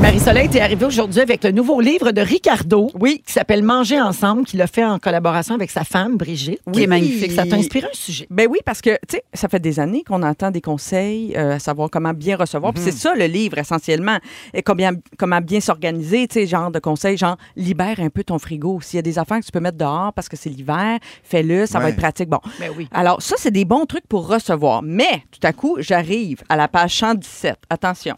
S3: Marie-Soleil, t'es arrivée aujourd'hui avec le nouveau livre de Ricardo. Oui. Qui s'appelle Manger ensemble, qu'il a fait en collaboration avec sa femme, Brigitte. qui est magnifique. Ça t'a inspiré un sujet.
S12: Ben oui, parce que, tu sais, ça fait des années qu'on entend des conseils euh, à savoir comment bien recevoir.
S3: Mhm.
S12: Puis c'est ça le livre, essentiellement. Et combien, comment bien s'organiser, tu sais, genre de conseils, genre libère un peu ton frigo. S'il y a des affaires que tu peux mettre dehors parce que c'est l'hiver, fais-le, ça va
S3: Ouais.
S12: être pratique. Bon.
S3: Ben oui.
S12: Alors, ça, c'est des bons trucs pour recevoir. Mais, tout à coup, j'arrive à la page 117. Attention.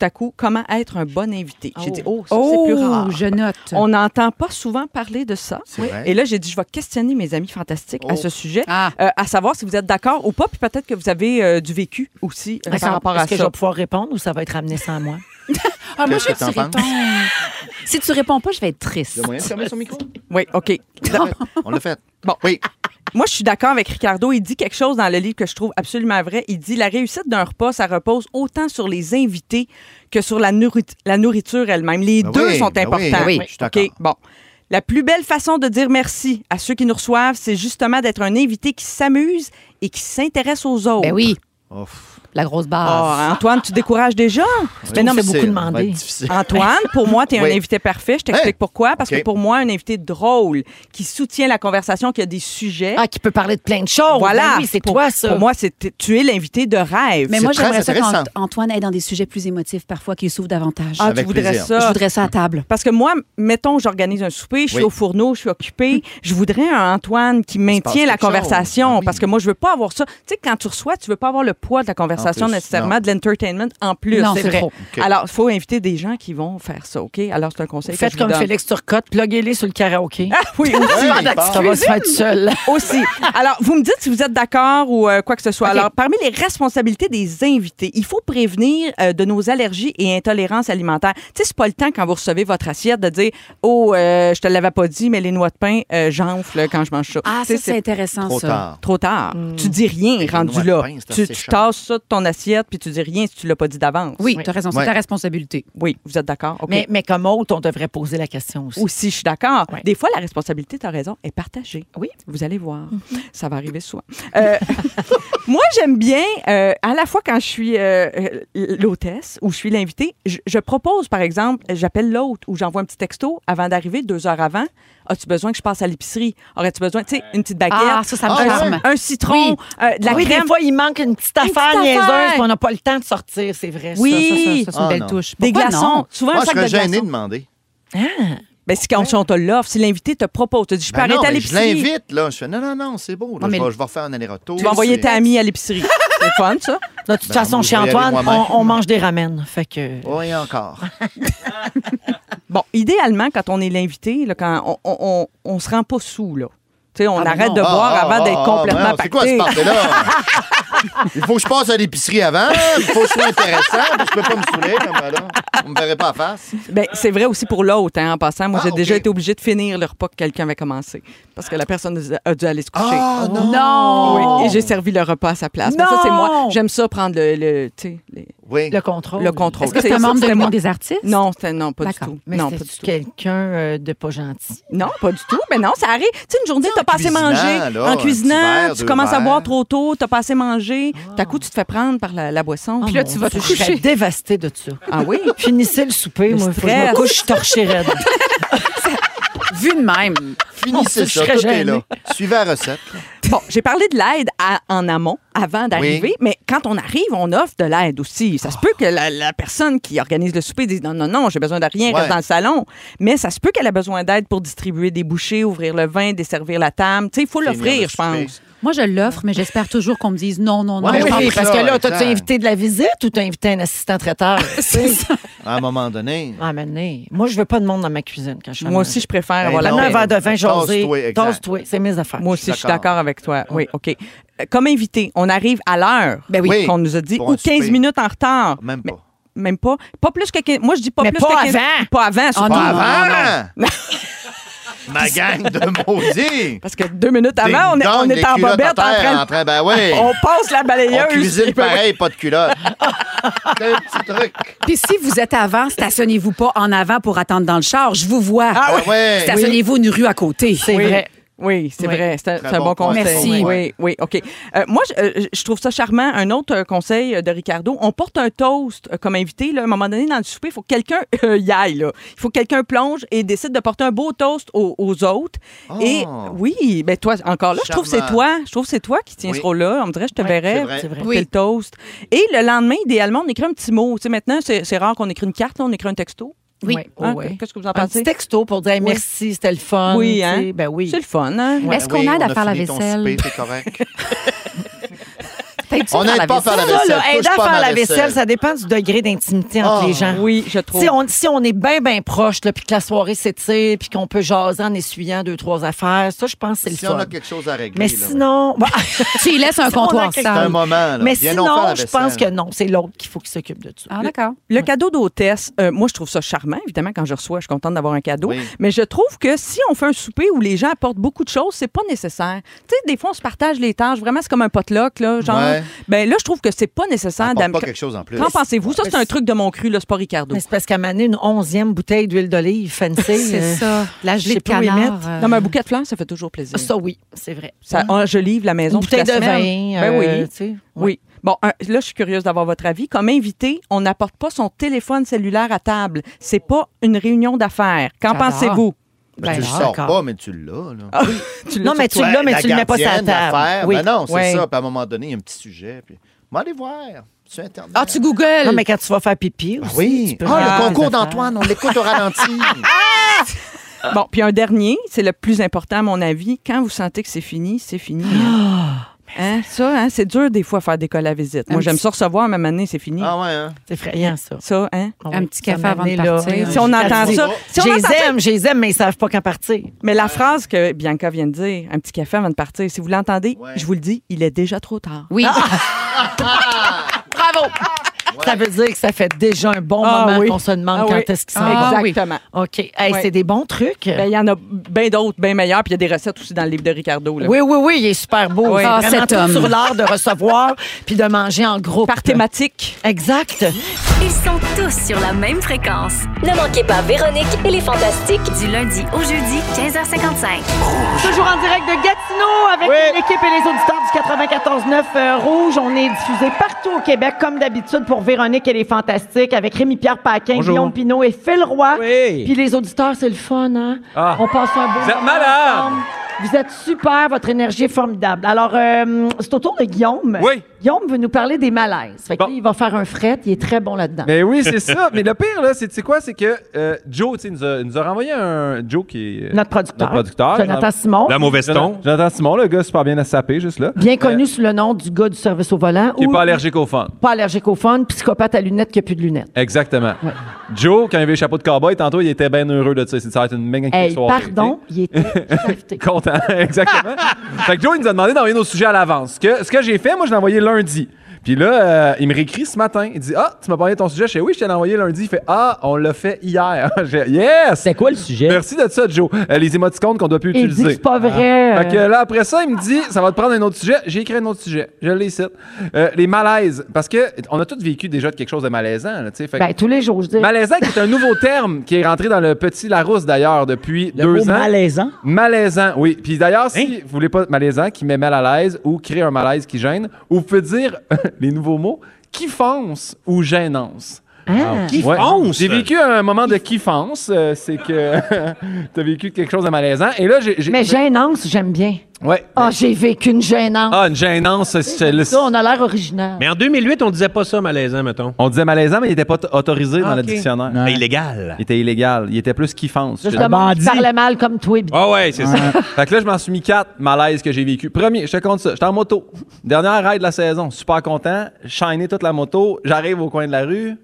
S12: Tout à coup, comment être un bon invité. J'ai dit, oh, ça, c'est plus rare.
S10: je note.
S12: On n'entend pas souvent parler de ça.
S10: C'est vrai.
S12: Et là, j'ai dit, je vais questionner mes amis fantastiques à
S10: Oh.
S12: ce sujet, euh, à savoir si vous êtes d'accord ou pas, puis peut-être que vous avez euh, du vécu aussi euh, par rapport à
S3: Est-ce que je
S12: ça.
S3: vais pouvoir répondre ou ça va être amené sans moi?
S10: Ah, moi,
S12: Qu'est-ce
S10: je
S12: que
S10: veux que tu
S12: t'en penses?
S10: réponds. si tu réponds pas, je vais être triste.
S12: Il y a moyen de fermer son
S6: micro?
S12: Oui, OK.
S6: On l'a fait.
S12: Bon.
S6: Oui.
S12: Moi, je suis d'accord avec Ricardo. Il dit quelque chose dans le livre que je trouve absolument vrai. Il dit la réussite d'un repas, ça repose autant sur les invités que sur la, nourrit- la nourriture elle-même. Les
S6: Ben
S12: deux
S6: oui,
S12: sont
S6: ben
S12: importants.
S6: oui, ben oui, je suis d'accord.
S12: OK, bon. La plus belle façon de dire merci à ceux qui nous reçoivent, c'est justement d'être un invité qui s'amuse et qui s'intéresse aux autres. Ben oui.
S10: La grosse
S12: Oh, Antoine, tu décourages déjà?
S6: C'est
S12: Mais non, mais
S6: difficile,
S12: beaucoup
S6: hein. ça va
S12: demandé.
S6: être difficile.
S12: Antoine, pour moi, tu es
S6: [LAUGHS] Oui.
S12: un invité parfait. Je t'explique
S6: Hey.
S12: pourquoi. Parce
S6: OK.
S12: que pour moi, un invité drôle qui soutient la conversation, qui a des sujets.
S3: Ah, qui peut parler de plein de choses.
S12: Voilà.
S3: Ben oui, c'est
S12: Pour-
S3: toi, ça.
S12: Pour moi, c'est, tu es l'invité de rêve.
S10: Mais moi, j'aimerais ça qu'Antoine aille dans des sujets plus émotifs parfois, qu'il s'ouvre davantage.
S12: Ah, tu voudrais ça?
S10: Je voudrais ça à table.
S12: Parce que moi, mettons, j'organise un souper, je suis
S10: Oui.
S12: au fourneau, je suis occupée. Je voudrais un Antoine qui maintient
S10: quelque chose.
S12: la
S10: Ah
S12: conversation. Parce que moi, je veux pas avoir ça. Tu sais, quand tu reçois, tu veux pas avoir le poids de la conversation
S10: En plus,
S12: nécessairement,
S10: non.
S12: de l'entertainment en plus.
S10: Non, c'est
S12: vrai.
S10: trop.
S3: OK.
S12: Alors, il faut inviter des gens qui vont faire ça, OK? Alors, c'est un conseil
S3: Faites
S12: que je vous
S3: comme
S12: donne.
S3: Félix Turcotte, pluguez-les sur le karaoké.
S12: Ah oui, aussi.
S3: Ouais, il part. Ça va se faire tout seul.
S12: [LAUGHS] Aussi. Alors, vous me dites si vous êtes d'accord ou euh, quoi que ce soit.
S3: OK.
S12: Alors, parmi les responsabilités des invités, il faut prévenir euh, de nos allergies et intolérances alimentaires. Tu sais, c'est pas le temps quand vous recevez votre assiette de dire Oh, euh, je te l'avais pas dit, mais les noix de pain, euh, j'enfle quand je mange ça.
S10: Ah,
S12: Tu sais,
S10: ça, c'est intéressant,
S12: Trop
S10: ça. Hmm.
S12: tard. Trop tard. Tu dis rien rendu
S10: noix de
S12: là.
S10: pain, c'est
S12: tu
S10: assez
S12: tu
S10: cher.
S12: tasses ça de ton assiette puis tu dis rien si tu l'as pas dit d'avance.
S10: Oui, t'as raison, c'est ta responsabilité.
S12: Oui, vous êtes d'accord. OK.
S3: Mais, mais comme autre, on devrait poser la question aussi.
S12: Aussi, je suis d'accord. Des fois, la responsabilité, tu as raison, est partagée. Oui. Vous allez voir.
S3: Mhm.
S12: Ça va arriver souvent. Euh, [LAUGHS] moi, j'aime bien, euh, à la fois quand je suis euh, euh, l'hôtesse ou je suis l'invitée, je, je propose, par exemple, j'appelle l'autre ou j'envoie un petit texto avant d'arriver, deux heures avant. As-tu besoin que je passe à l'épicerie? Aurais-tu besoin, tu sais, une petite baguette?
S10: Ah, ça, ça me
S12: un,
S10: charme.
S12: Un citron, euh, de la
S3: oui,
S12: crème.
S3: des fois, il manque une petite
S12: Une
S3: affaire
S12: petite affaire.
S3: niaiseuse, puis on n'a pas le temps de sortir, c'est vrai.
S12: Oui.
S3: ça, ça, ça, ça, c'est une
S12: Ah,
S3: belle
S12: non.
S3: touche.
S12: Des
S3: Pourquoi
S12: glaçons.
S3: non? Ah.
S12: Souvent,
S6: Moi,
S12: un
S6: je
S12: sac
S6: serais
S12: de
S6: gêné
S12: glaçons.
S6: de demander.
S12: Ben, si quand on te l'offre, si l'invité te propose, tu dis, je peux
S6: Ben
S12: arrêter
S6: non,
S12: à
S6: mais je
S12: l'épicerie.
S3: Oh,
S6: l'invite, là. Je fais non, non, non, c'est beau.
S12: [LAUGHS]
S6: là.
S12: Non, mais-
S6: je, vais, je vais refaire un aller-retour.
S12: Tu vas envoyer ta amie à l'épicerie. C'est fun, ça.
S3: De toute
S6: Ben,
S3: façon,
S6: moi,
S3: chez
S6: je vais y aller
S3: Antoine,
S6: moi-même.
S3: on, on mange des ramen. Fait que.
S6: Oui,
S3: [LAUGHS]
S6: encore.
S12: Bon, idéalement, quand on est l'invité, là, quand on, on, on- on se rend pas sous, là. Tu sais, on
S6: Ah,
S12: arrête
S6: non.
S12: de
S6: Ah,
S12: boire
S6: ah,
S12: avant
S6: ah,
S12: d'être
S6: ah,
S12: complètement
S6: voyons, C'est quoi ce
S12: pacté.
S6: party-là?
S12: [LAUGHS]
S6: Il faut que je passe à l'épicerie avant, il faut que je sois intéressant, puis je peux pas me saouler comme ben là. On me verrait pas à face.
S12: Ben, c'est vrai aussi pour l'autre, hein, en passant. Moi, j'ai
S10: Ah,
S12: déjà été obligée de finir le repas que quelqu'un avait commencé parce que la personne a dû aller se coucher.
S6: Ah, non!
S12: non! Oui, et j'ai servi le repas à sa place. Mais ça, c'est moi.
S10: Non!
S12: J'aime ça prendre le, le, tu sais, les-
S3: Le contrôle.
S12: le contrôle.
S3: Est-ce que c'est un
S12: ça,
S3: membre de
S12: c'était
S3: l'Union
S12: moi.
S3: des artistes?
S12: Non, c'était- non, pas du
S3: D'accord.
S12: tout.
S3: Mais
S12: non,
S3: c'était-tu
S12: quelqu'un
S3: euh,
S12: de pas gentil? Non, pas du tout. Mais non, ça arrive. Tu sais, une journée, t'as pas assez
S10: cuisinant,
S12: mangé.
S10: là, un
S12: en
S10: petit
S12: cuisinant,
S10: verre,
S12: tu
S10: deux
S12: commences
S10: verres.
S12: à boire trop tôt, t'as pas assez mangé. D'un coup, tu te fais prendre par la, la
S3: Ah.
S12: boisson.
S3: Oh
S12: Puis là,
S3: mon
S12: tu vas te
S3: Dieu, Je serais
S12: coucher.
S3: dévastée de ça.
S12: Ah [LAUGHS] oui?
S3: Finissez le souper, moi. Faut que je me
S12: stress.
S3: couche torchée [LAUGHS] raide.
S12: Vu de même.
S6: Finissez ça, tout est là. Suivez la recette.
S12: Bon, j'ai parlé de l'aide à- en amont, avant d'arriver,
S6: Oui.
S12: mais quand on arrive, on offre de l'aide aussi. Ça se peut que la, la personne qui organise le souper dise non, non, non, j'ai besoin de rien,
S10: Ouais.
S12: reste dans le salon. Mais ça se peut qu'elle a besoin d'aide pour distribuer des bouchées, ouvrir le vin, desservir la table. Tu sais, il faut
S10: Finir le
S12: l'offrir, je
S10: souper.
S12: pense.
S10: Moi, je l'offre, mais j'espère toujours qu'on me dise non, non, non.
S3: Ouais,
S10: je
S3: oui,
S10: prends
S3: parce
S10: ça,
S3: que là,
S10: exact.
S3: t'as-tu invité de la visite ou t'as invité un assistant
S12: [LAUGHS]
S3: traiteur? C'est ça.
S6: À un moment donné.
S3: Ah, mais non. Moi, je veux pas de monde dans ma cuisine quand je fais
S12: Moi
S3: à
S12: aussi,
S3: manger.
S12: je préfère
S3: Ben
S12: avoir la
S3: non.
S12: paix.
S3: un verre de vin,
S12: Tasse-toi,
S3: José.
S12: exact.
S3: Tasse-toi. C'est mes affaires.
S12: Moi aussi, je suis d'accord avec toi. Oui, OK. Euh, Comme invité, on arrive à l'heure
S3: Ben oui. Oui.
S12: qu'on nous a dit,
S3: Pour
S12: ou
S3: un
S12: 15
S3: souper.
S12: minutes en retard.
S6: Même
S12: pas. Même pas. Pas plus que 15 Moi, je dis pas
S3: Mais
S12: plus
S3: pas
S12: que 15
S3: avant.
S12: Pas avant.
S3: Ah,
S12: surtout.
S3: non, non, non,
S12: [LAUGHS]
S6: Ma gang de maudits!
S12: Parce que deux minutes avant, on est,
S6: Ding
S12: on
S6: dong,
S12: est
S6: les
S12: en
S6: culottes
S12: bobette
S6: à
S12: en
S6: terre,
S12: train, de-
S6: en train, ben oui.
S12: On passe la balayeuse.
S6: On cuisine
S12: Et ben [LAUGHS] oui.
S6: pareil, pas de culotte. C'est un petit truc.
S10: Puis si vous êtes avant, stationnez-vous pas en avant pour attendre dans le char. Je vous vois.
S12: Ah oui. ouais.
S10: Stationnez-vous une rue à côté.
S12: C'est vrai. Oui, c'est
S10: Oui.
S12: vrai. C'est un,
S10: Très
S12: c'est un
S10: bon
S12: bon conseil.
S10: conseil. Merci.
S12: Oui, oui, OK. Euh, moi, je, euh, je trouve ça charmant. Un autre euh, conseil euh, de Ricardo, on porte un toast euh, comme invité. Là, à un moment donné, dans le souper, il faut que quelqu'un [LAUGHS] euh, y aille. là. Il faut que quelqu'un plonge et décide de porter un beau toast aux, aux autres. Et oui, ben toi, encore là, je trouve que c'est
S10: Ah. Charmant.
S12: toi. Je trouve que c'est toi qui tiens
S10: Oui.
S12: ce rôle-là. On me dirait, je te
S10: Oui, c'est
S12: verrais.
S10: vrai. C'est vrai.
S12: porter
S10: Oui.
S12: le toast. Et le lendemain, idéalement, on écrit un petit mot. Tu sais, maintenant, c'est c'est rare qu'on écrit une carte, là, on écrit un texto.
S3: Oui.
S10: Oh,
S12: Hein,
S3: Oui.
S12: Qu'est-ce que vous en
S3: Un
S12: pensez?
S3: petit texto pour dire merci, c'était le fun.
S12: Oui,
S3: tu
S12: hein?
S3: sais, Ben oui.
S12: C'est le fun, hein?
S3: Ouais.
S10: Est-ce qu'on Oui, aide on à a faire la fini ton vaisselle? souper, [LAUGHS]
S6: c'est correct. On n'aide pas à faire la vaisselle.
S3: Ça, là,
S6: Touche
S3: aider à
S6: pas à
S3: faire
S6: ma
S3: la vaisselle,
S6: vaisselle.
S3: ça dépend du degré d'intimité entre
S12: Ah,
S3: les gens.
S12: Oui, je trouve.
S3: Si on, si on est bien, bien proche, là, puis que la soirée s'étire, puis qu'on peut jaser en essuyant deux, trois affaires, ça, je pense que c'est le
S6: Si
S3: fun.
S6: on a quelque chose à régler.
S3: Mais
S6: là.
S3: sinon. bah, [LAUGHS]
S10: Tu y laisses un
S3: si on a
S10: comptoir
S3: quelque-
S10: sale. C'est un
S6: moment, là.
S3: Mais
S6: Viens
S3: sinon,
S6: donc faire la
S3: je pense
S6: vaisselle.
S3: que non, c'est l'autre qu'il faut qui s'occupe de ça.
S10: Ah, d'accord.
S12: Le cadeau d'hôtesse, euh, moi, je trouve ça charmant. Évidemment, quand je reçois, je suis contente d'avoir un cadeau. Mais je trouve que si on fait un souper où les gens apportent beaucoup de choses, c'est pas nécessaire. Tu sais, des fois, on se partage les tâches. Vraiment, c'est comme un potluck, là. Genre,
S6: Ouais.
S12: ben là, je trouve que c'est pas nécessaire.
S6: Apporte
S12: d'am-
S6: pas quelque chose en plus.
S12: Qu'en pensez-vous? Ça, c'est un truc de mon cru, là. C'est pas Ricardo.
S3: Mais c'est parce qu'à maner une onzième bouteille d'huile d'olive fancy.
S12: C'est ça.
S3: euh, La
S12: gelée de canard, euh. Non, mais un bouquet de fleurs, ça fait toujours plaisir.
S3: Ça, oui, c'est vrai.
S12: Ça, ah, je livre la maison
S3: Mm. Une
S12: toute la
S3: bouteille de
S12: semaine.
S3: vin,
S12: Ben oui.
S3: euh, tu sais, ouais.
S12: Oui. Bon, un- là, je suis curieuse d'avoir votre avis. Comme invité, on n'apporte pas son téléphone cellulaire à table. C'est pas une réunion d'affaires. Qu'en
S6: J'adore.
S12: pensez-vous?
S6: Ben, tu le sors pas, mais tu l'as. là.
S12: [LAUGHS] tu l'as Ah Non, sur mais tu toi. l'as, mais
S6: La
S12: tu le mets pas sur la
S6: gardienne,
S12: table.
S6: l'affaire.
S12: Oui.
S6: Ben non, c'est
S12: Oui.
S6: ça. Puis à un moment donné, il y a un petit sujet. Puis, va aller voir sur Internet.
S3: Ah, tu
S10: googles.
S3: Non, mais quand tu vas faire pipi aussi,
S6: oui.
S3: tu peux
S6: Ah, le
S3: regarder
S6: concours
S3: tes affaires.
S6: d'Antoine, on l'écoute
S3: [LAUGHS]
S6: au ralenti.
S10: Ah,
S3: Ah.
S12: Bon, puis un dernier, c'est le plus important à mon avis. Quand vous sentez que c'est fini, c'est
S3: Ah,
S12: fini. Hein, ça, hein, c'est dur des fois faire décoller la visite.
S10: Un
S12: Moi, j'aime
S10: petit-
S12: ça recevoir, mais maintenant, c'est fini.
S6: Ah ouais, hein?
S3: C'est effrayant, ça.
S12: Ça, hein?
S3: Ah oui,
S10: Un petit
S3: ça
S10: café avant de
S3: m'amenait là.
S10: partir.
S12: Si on entend ça, si on
S3: je
S12: entend
S3: les
S12: ça-
S3: aime, je les aime, mais ils savent pas quand partir.
S12: Mais la phrase que Bianca vient de dire, un petit café avant de partir, si vous l'entendez, je vous le dis, il est déjà trop tard. Ah!
S10: Oui.
S3: Bravo! Ça veut dire que ça fait déjà un bon
S12: Ah
S3: moment
S12: oui.
S3: qu'on se demande
S12: Ah
S3: quand
S12: oui.
S3: est-ce qu'ils s'en
S12: Ah
S3: vont.
S12: oui. Exactement.
S3: OK. Hey,
S12: Ouais.
S3: C'est des bons trucs.
S12: Ben, Il y en a bien d'autres, bien meilleurs, puis il y a des recettes aussi dans le livre de Ricardo. là.
S3: oui, oui, oui, il est super beau.
S12: Oui.
S3: C'est
S12: Ah,
S3: Oh, vraiment
S12: cet
S3: tout
S12: homme.
S3: sur l'art de
S12: [LAUGHS]
S3: recevoir puis de manger en groupe. Par
S12: thématique.
S3: Exact.
S1: Ils sont tous sur la même fréquence. Ne manquez pas Véronique et les Fantastiques du lundi au jeudi 15h55.
S3: Toujours en direct de Gatineau Oh, avec l'équipe et les auditeurs du 94-9 euh, Rouge. On est diffusé partout au Québec, comme d'habitude, pour Véronique et les Fantastiques, avec Rémi-Pierre Paquin,
S5: Bonjour.
S3: Guillaume Pinot et Phil Roy. Puis les auditeurs, c'est le fun, hein?
S5: Ah.
S3: On passe un beau
S5: Vous êtes
S3: moment
S5: malade!
S3: ensemble. Vous êtes super, votre énergie est formidable. Alors, euh, c'est au tour de Guillaume.
S13: Oui.
S3: Guillaume veut nous parler des malaises. Fait que lui, il va faire un fret, il est très bon là-dedans.
S13: Mais oui, c'est ça. Mais le pire, là, c'est tu sais quoi? C'est que euh, Joe, tu sais, nous, a- nous a renvoyé un. Joe qui est. euh,
S3: Notre producteur.
S13: Notre producteur.
S3: Jonathan Simon. La mauvaise
S13: Jonathan-
S3: ton.
S13: Jonathan Simon, le gars super bien à saper, juste là.
S3: Bien connu sous le nom du gars du service au volant.
S13: Euh, Qui
S3: ou
S13: n'est pas allergique au fun.
S3: Pas allergique au fun, psychopathe à lunettes qui a plus de lunettes.
S13: Exactement. Joe, quand il avait le chapeau de cowboy, tantôt, il était bien heureux de ça. Ça va être une méga
S3: Hey,
S13: soirée.
S3: pardon, il est
S13: [LAUGHS] Content, exactement. fait que Joe, il nous a demandé d'envoyer nos sujets à l'avance. Ce que, ce que j'ai fait, moi, je l'ai envoyé lundi. Puis là, euh, il me réécrit ce matin. Il dit Ah, tu m'as parlé de ton sujet. Je fais Oui, je t'ai envoyé lundi. Il fait Ah, on l'a fait hier. [LAUGHS] J'ai, yes C'est quoi le sujet Merci de ça, Joe. Euh, les émoticônes qu'on doit plus
S3: Il dit
S13: utiliser. Ah.
S3: que c'est pas vrai.
S13: Fait que là, après ça, il me dit Ça va te prendre un autre sujet. J'ai écrit un autre sujet. Je l'ai ici. Euh, les malaises. Parce que on a tous vécu déjà de quelque chose de malaisant. là, tu sais. Fait que-
S3: Ben, tous les jours, je dis.
S13: Malaisant, qui est un nouveau terme qui est rentré dans le petit Larousse d'ailleurs depuis deux
S14: mot
S13: ans.
S14: malaisant?
S13: Malaisant, oui. Puis d'ailleurs, si vous voulez pas malaisant qui met mal à l'aise ou crée un malaise qui gêne, ou vous pouvez dire [LAUGHS] les nouveaux mots kiffance ou gênance.
S14: Ah.
S13: Ouais.
S14: Kiffance?
S13: J'ai vécu un moment de kiffance, euh, c'est que [LAUGHS] t'as vécu quelque chose de malaisant. Et là, j'ai. j'ai-
S3: Mais gênance, j'aime bien.
S13: Ouais.
S3: Ah, j'ai vécu une gênance.
S13: Ah, une gênance, c'est- c'est le-
S3: Ça, on a l'air original.
S14: Mais en 2008, on disait pas ça malaisant, mettons.
S13: On disait malaisant, mais il n'était pas t- autorisé
S14: Ah,
S13: dans le
S14: ok.
S13: dictionnaire.
S14: Non. Mais illégal.
S13: Il était illégal. Il était plus kiffance.
S3: Juste le monde qui parlait mal comme toi. puis-
S13: Ah ouais, c'est ça. fait que là, je m'en suis mis quatre malaises que j'ai vécu. Premier, je te compte ça. J'étais en moto. Dernière ride de la saison. Super content. Shiné toute la moto. J'arrive au coin de la rue.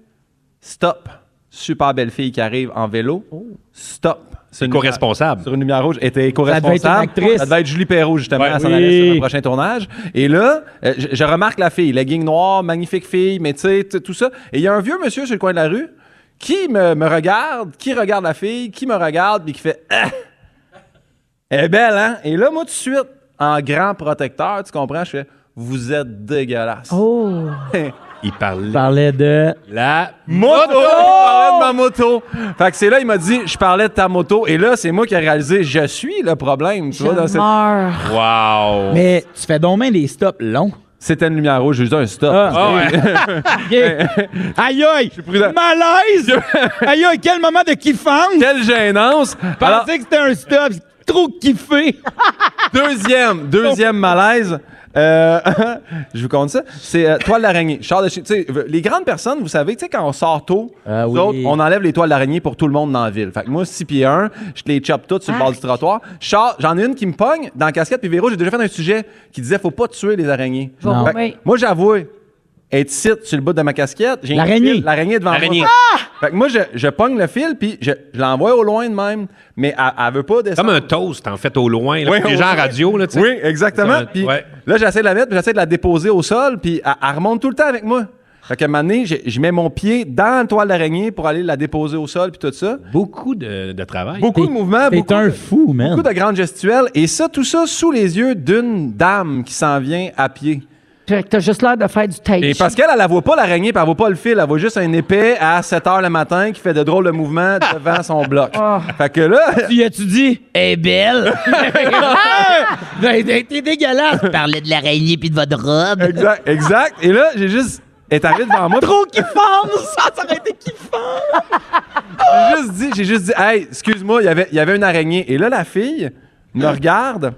S13: Stop. Super belle fille qui arrive en vélo. Stop. C'est éco-responsable. Sur une lumière rouge. Elle était éco-responsable.
S14: Ça devait être une actrice.
S13: Ça devait être Julie Perrault, justement.
S14: Ouais.
S13: Elle s'en allait sur un prochain tournage. Et là, euh, je, je remarque la fille. Legging noir, magnifique fille, mais tu sais, t- tout ça. Et il y a un vieux monsieur sur le coin de la rue qui me, me regarde, qui regarde la fille, qui me regarde, puis qui fait Ah! Elle est belle, hein? Et là, moi, tout de suite, en grand protecteur, tu comprends, je fais Vous êtes dégueulasse. [LAUGHS]
S3: Oh!
S13: il parlait.
S14: parlait de.
S13: La moto! Il parlait de ma moto. Fait que c'est là, il m'a dit Je parlais de ta moto. Et là, c'est moi qui ai réalisé Je suis le problème. Tu vois, dans cette. Wow!
S14: Mais tu fais donc bien des stops longs.
S13: C'était une lumière rouge, j'ai dit un stop.
S14: Ah,
S13: [LAUGHS]
S14: ouais. aïe aïe! Malaise! aïe aïe, quel moment de kiffance!
S13: Quelle gênance! Je
S14: pensais que c'était un stop, c'est trop kiffé!
S13: [LAUGHS] deuxième, deuxième malaise. Euh, [LAUGHS] je vous compte ça. C'est euh, toile d'araignée. Je sors de chez- tu sais, v- les grandes personnes, vous savez, tu sais, quand on sort tôt, nous
S14: Ah oui.
S13: autres, on enlève les toiles d'araignée pour tout le monde dans la ville. Fait que moi, 6 pieds 1, je les chope toutes sur le bord du trottoir. Je sors- J'en ai une qui me pogne dans la casquette. Puis Véro, j'ai déjà fait un sujet qui disait faut pas tuer les araignées.
S14: Je vais Non.
S13: Fait que
S14: vomir.
S13: moi, j'avoue, être ici, sur le bout de ma casquette, j'ai une
S14: L'araignée.
S13: file- L'araignée devant
S14: L'araignée. Ah!
S13: moi. Fait que moi, je, je pogne le fil, puis je, je l'envoie au loin de même, mais elle, elle veut pas descendre.
S14: Comme un toast, en fait, au loin. Là,
S13: Oui,
S14: les
S13: au
S14: gens en
S13: loin.
S14: radio, là, tu sais.
S13: Oui, exactement.
S14: Ça,
S13: Puis
S14: ouais.
S13: là, j'essaie de la mettre, puis j'essaie de la déposer au sol, puis elle, elle remonte tout le temps avec moi. Fait qu'à un moment donné, j'ai- je mets mon pied dans la toile d'araignée pour aller la déposer au sol, puis tout ça.
S14: Beaucoup de, de travail.
S13: Beaucoup de mouvements.
S14: T'es
S13: beaucoup
S14: un
S13: de-
S14: fou, man.
S13: Beaucoup de grandes gestuelles. Et ça, tout ça sous les yeux d'une dame qui s'en vient à pied.
S3: Fait que t'as juste l'air de faire du tai
S13: Et
S3: chi.
S13: parce qu'elle, elle la voit pas l'araignée, puis elle voit pas le fil, elle voit juste un épais à 7 h le matin qui fait de drôles de mouvements devant son bloc. Fait que là.
S14: Tu as-tu dit, Eh
S13: [LAUGHS]
S14: belle! [LAUGHS]
S13: T'es dégueulasse! Parler de l'araignée puis de votre robe. Exact, exact. Et là, j'ai juste. Elle est arrivée devant moi. Trop kiffance! Ça, ça aurait été kiffant! j'ai juste dit, j'ai juste dit, hey, excuse-moi, il y avait- il y avait une araignée. Et là, la fille me regarde,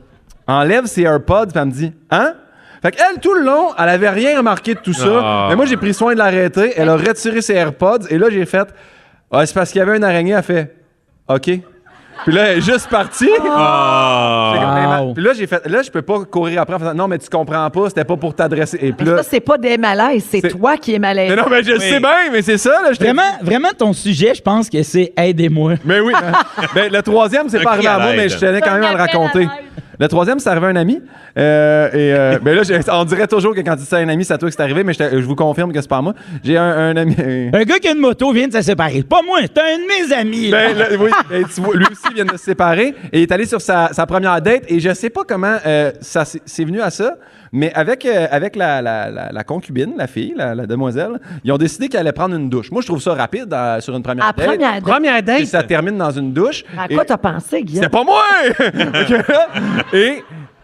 S13: enlève ses AirPods, puis elle me dit, hein? Fait qu'elle, tout le long, elle avait rien remarqué de tout ça.
S14: Ah.
S13: Mais moi, j'ai pris soin de l'arrêter. Elle a retiré ses AirPods. Et là, j'ai fait, ah, c'est parce qu'il y avait une araignée. Elle fait, OK. Puis là, elle est juste partie.
S15: Oh!
S14: Ah!
S13: J'ai comme, mais ma- Puis là, j'ai fait, là, je peux pas courir après en faisant, non, mais tu comprends pas, c'était pas pour t'adresser. Et puis là,
S3: Ça, c'est pas des malaises, c'est toi qui es malaise.
S13: mais non, mais je le sais bien, mais c'est ça, là.
S14: Vraiment, vraiment, ton sujet, je pense que c'est aidez-moi.
S13: Mais oui.
S14: [LAUGHS]
S13: ben, le troisième, c'est
S14: Un
S13: pas
S14: cri
S13: arrivé à
S14: à
S13: moi,
S14: l'aide.
S13: mais je tenais quand même à le raconter. Le troisième, c'est arrivé à un ami. Euh, et euh, ben là, j'ai- on dirait toujours que quand tu dis ça à un ami, c'est à toi que c'est arrivé, mais je, te- je vous confirme que c'est pas moi. J'ai un, un ami.
S14: [LAUGHS] Un gars qui a une moto vient de se séparer. Pas moi, c'est un de mes amis. là.
S13: Ben, là, oui, ben, tu vois, lui aussi vient de se séparer et il est allé sur sa, sa première date et je sais pas comment euh, ça s'est- c'est venu à ça, mais avec, euh, avec la, la- la- la concubine, la fille, la, la demoiselle, ils ont décidé qu'elle allait prendre une douche. Moi, je trouve ça rapide euh, sur une première
S3: À
S13: date.
S3: première date.
S13: Première date. ça termine dans une douche.
S3: À
S13: Et-
S3: quoi t'as pensé, Guillaume?
S13: c'était pas moi! [LAUGHS] et,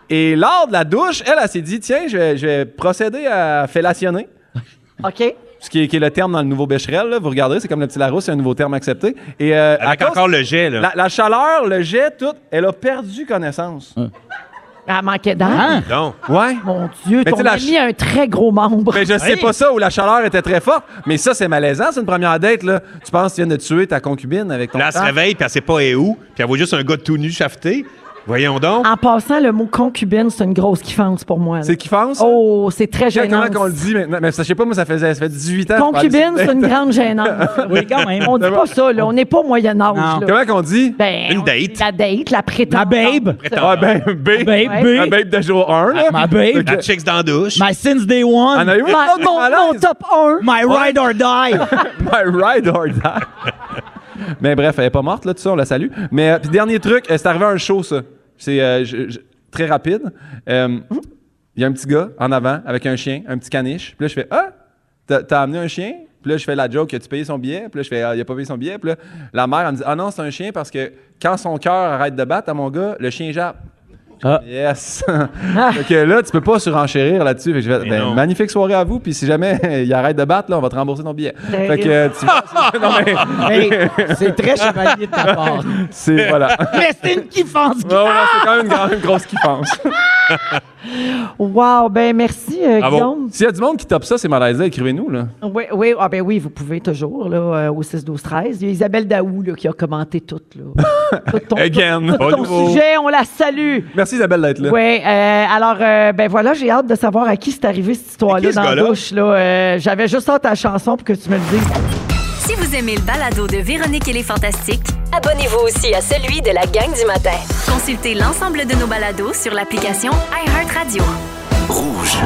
S13: et lors de la douche, elle, elle s'est dit, tiens, je vais, je vais procéder à fellationner.
S3: [LAUGHS] OK.
S13: ce qui est, qui est le terme dans le nouveau Becherel. là. Vous regardez, c'est comme le petit Larousse, c'est un nouveau terme accepté. Et, euh, à
S14: Avec
S13: cause-
S14: encore le jet, là.
S13: La, la chaleur, le jet, tout, elle a perdu connaissance.
S14: Hein.
S3: Elle manquait d'air.
S13: Non. Ouais.
S3: Mon Dieu,
S13: Mais tu
S3: ton
S13: sais, la
S3: ami a un très gros membre.
S13: Mais je sais
S3: Oui.
S13: pas ça où la chaleur était très forte, mais ça, c'est malaisant. C'est une première date, là. Tu penses que tu viens de tuer ta concubine avec ton
S14: Là, elle se
S13: père.
S14: réveille, puis elle sait pas est où, puis elle voit juste un gars tout nu chafeté. Voyons donc.
S3: En passant, le mot concubine, c'est une grosse kiffance pour moi. là.
S13: C'est kiffance?
S3: Oh, c'est très
S13: Exactement
S3: gênant.
S13: qu'on le dit maintenant. Mais sachez pas, moi, ça faisait ça fait 18 ans.
S3: Concubine, c'est une grande gênance.
S13: [LAUGHS] Oui, quand même.
S3: On dit pas ça, là. On n'est pas au Moyen-Âge.
S13: Non.
S3: là.
S13: Comment qu'on dit?
S3: Ben,
S13: Une
S3: on dit La date, la prétendante.
S13: Ah, ben, B.
S3: Babe,
S13: La babe de jour 1. Là.
S14: Ma
S13: babe.
S14: La chicks dans la douche.
S13: My
S14: since day one.
S13: On a eu
S14: My-
S13: une autre
S14: mon-
S13: malaise.
S3: top 1.
S14: My ride or die.
S13: [LAUGHS] My ride or die. Mais bref, elle est pas morte, là, tout ça, on la salue. Mais euh, puis dernier truc, euh, c'est arrivé à un show, ça. C'est euh, je- je- très rapide. Euh, Il y a un petit gars en avant avec un chien, un petit caniche. Puis là, je fais Ah, t'as- t'as amené un chien? Puis là, je fais la joke, as-tu payé son billet? Puis là, je fais, Ah, il a pas payé son billet. Puis là, la mère, elle me dit, ah non, c'est un chien parce que quand son cœur arrête de battre à mon gars, le chien jappe. Yes! Fait que là, tu peux pas surenchérir là-dessus. Fait que je fais, Ben, magnifique soirée à vous. Puis si jamais [LAUGHS] il arrête de battre, là, on va te rembourser ton billet.
S15: Ben
S13: Fait
S15: [LAUGHS]
S13: que euh, tu Non,
S14: [LAUGHS]
S13: mais-
S15: Hey, c'est très chevalier de ta part.
S13: C'est. Voilà.
S15: Mais c'est une kiffance.
S13: Ouais, ouais, c'est quand même une, grande- une grosse kiffance.
S3: [LAUGHS] Wow, ben merci, euh, Guillaume.
S13: Ah S'il y a du monde qui top ça, c'est malaisé, écrivez-nous. là.
S3: Oui, oui, ah ben oui, vous pouvez toujours, là, euh, au 6, 12, 13. Il y a Isabelle Daou, là, qui a commenté tout, là. tout ton,
S13: Again.
S3: tout ton sujet, on la salue.
S13: Merci Isabelle d'être là.
S3: Oui, euh, alors, euh, ben voilà, j'ai hâte de savoir à qui c'est arrivé cette histoire-là
S13: ce
S3: dans la
S13: gars-là?
S3: douche, là. Euh, J'avais juste hâte à la chanson pour que tu me le dises.
S1: Si vous aimez le balado de Véronique et les Fantastiques,
S2: Abonnez-vous aussi à celui de la gang du matin.
S1: consultez l'ensemble de nos balados sur l'application iHeartRadio.
S16: Rouge.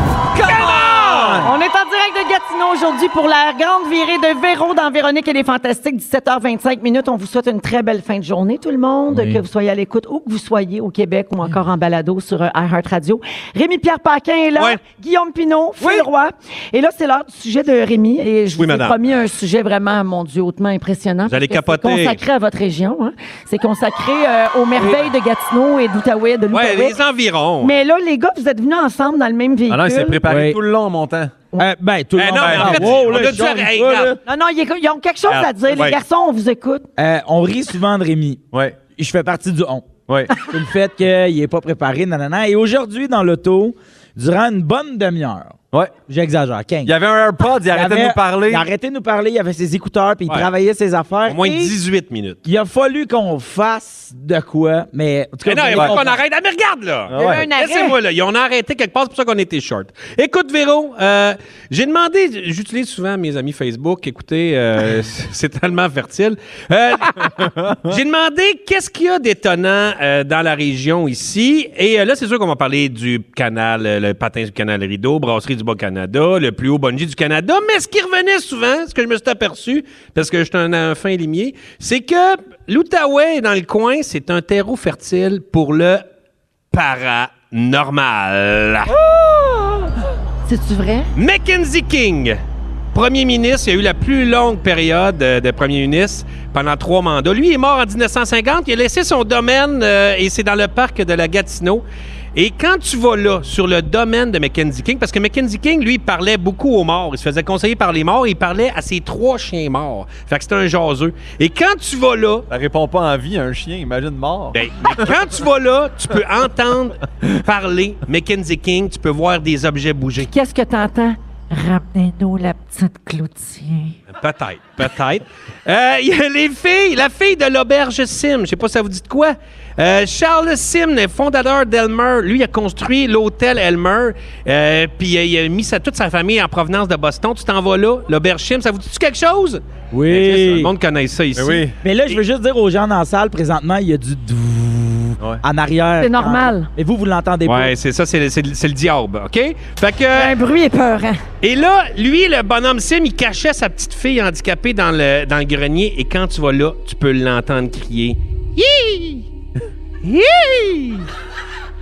S3: On est en direct de Gatineau aujourd'hui pour la grande virée de Véro dans Véronique et les Fantastiques, 17h25 minutes. On vous souhaite une très belle fin de journée, tout le monde, que vous soyez à l'écoute où que vous soyez au Québec ou encore en balado sur euh, iHeartRadio. Rémi-Pierre Paquin est là, Guillaume Pinot, Phil Roy. Et là, c'est l'heure du sujet de Rémi. Et je
S14: Oui,
S3: vous ai
S14: madame.
S3: promis un sujet vraiment, mon Dieu, hautement impressionnant.
S14: Vous allez
S3: parce que
S14: capoter.
S3: C'est consacré à votre région. hein. C'est consacré euh, aux merveilles de Gatineau et d'Outaouais, de
S14: ben. Ouais,
S3: l'Outaouais.
S14: les environs.
S3: Mais là, les gars, vous êtes venus ensemble dans le même véhicule.
S13: Ah non, il s'est préparé tout le long, mon temps.
S14: Euh,
S15: ben, tout le
S14: Eh non, mais en fait, on a dit, hey, regarde. Ah,
S3: Non, non, ils ils ont quelque chose à dire. Les
S15: Ouais.
S3: garçons, on vous écoute.
S15: Euh, on rit souvent de Rémi. Ouais. Je fais partie du on.
S13: Ouais.
S15: C'est le fait qu'il n'est pas préparé, nanana. Et aujourd'hui, dans l'auto, durant une bonne demi-heure,
S13: ouais.
S15: j'exagère, 15.
S13: Il y avait un AirPod, il arrêtait de
S15: avait-
S13: nous parler.
S15: Il arrêtait de nous parler, il avait ses écouteurs, puis il
S14: Ouais.
S15: travaillait ses affaires.
S14: Au moins
S15: et
S14: 18 minutes.
S15: Il a fallu qu'on fasse de quoi, mais... En tout
S14: Mais
S15: vous
S14: non, il faut
S15: allez
S14: qu'on
S15: comprendre.
S14: arrête. Ah, mais regarde, là!
S15: Ah ouais. Il y a eu un arrêt.
S14: Laissez-moi, là. Ils ont arrêté quelque part, c'est pour ça qu'on était short. Écoute, Véro, euh, j'ai demandé, j'utilise souvent mes amis Facebook, écoutez, euh, [LAUGHS] c'est c'est tellement fertile. Euh, [LAUGHS] j'ai demandé qu'est-ce qu'il y a d'étonnant euh, dans la région ici. Et euh, là, c'est sûr qu'on va parler du canal, euh, le patin du canal Rideau, brasserie du Bas-Canada, le plus haut bungee du Canada. Mais ce qui revenait souvent, ce que je me suis aperçu, parce que je suis un, un fin limier, c'est que l'Outaouais, dans le coin, c'est un terreau fertile pour le paranormal.
S3: C'est-tu vrai?
S14: Mackenzie King, premier ministre, il a eu la plus longue période euh, de premier ministre pendant trois mandats. Lui il est mort en 1950. Il a laissé son domaine euh, et c'est dans le parc de la Gatineau. Et quand tu vas là, sur le domaine de Mackenzie King, parce que Mackenzie King, lui, il parlait beaucoup aux morts. Il se faisait conseiller par les morts. Il parlait à ses trois chiens morts. Fait que c'était un jaseux. Et quand tu vas là...
S13: Ça répond pas en vie à un chien, imagine mort.
S14: Ben, mais quand tu vas là, tu peux entendre parler Mackenzie King. Tu peux voir des objets bouger.
S3: Qu'est-ce que t'entends? Ramenez-nous la petite Cloutier.
S14: Peut-être, peut-être. Euh, Il y a les filles, la fille de l'auberge Sim, je sais pas si ça vous dit de quoi. Euh, Charles Sim, le fondateur d'Elmer, lui, il a construit l'hôtel Elmer, euh, puis euh, il a mis sa, toute sa famille en provenance de Boston. Tu t'en vas là, l'auberge Sim, ça vous dit-tu quelque chose?
S15: Oui. Ben
S14: Ben, Chris, le monde connaît ça ici.
S15: Mais là, je veux juste dire aux gens dans la salle, présentement, il y a du dvouh en arrière.
S3: C'est normal.
S15: Et vous, vous l'entendez pas.
S14: Ouais, c'est ça, c'est le, c'est le- c'est le diable, OK? Fait que...
S3: Un bruit épeurant.
S14: Et là, lui, le bonhomme Sim, il cachait sa petite fille handicapée dans le, dans le grenier. Et quand tu vas là, tu peux l'entendre crier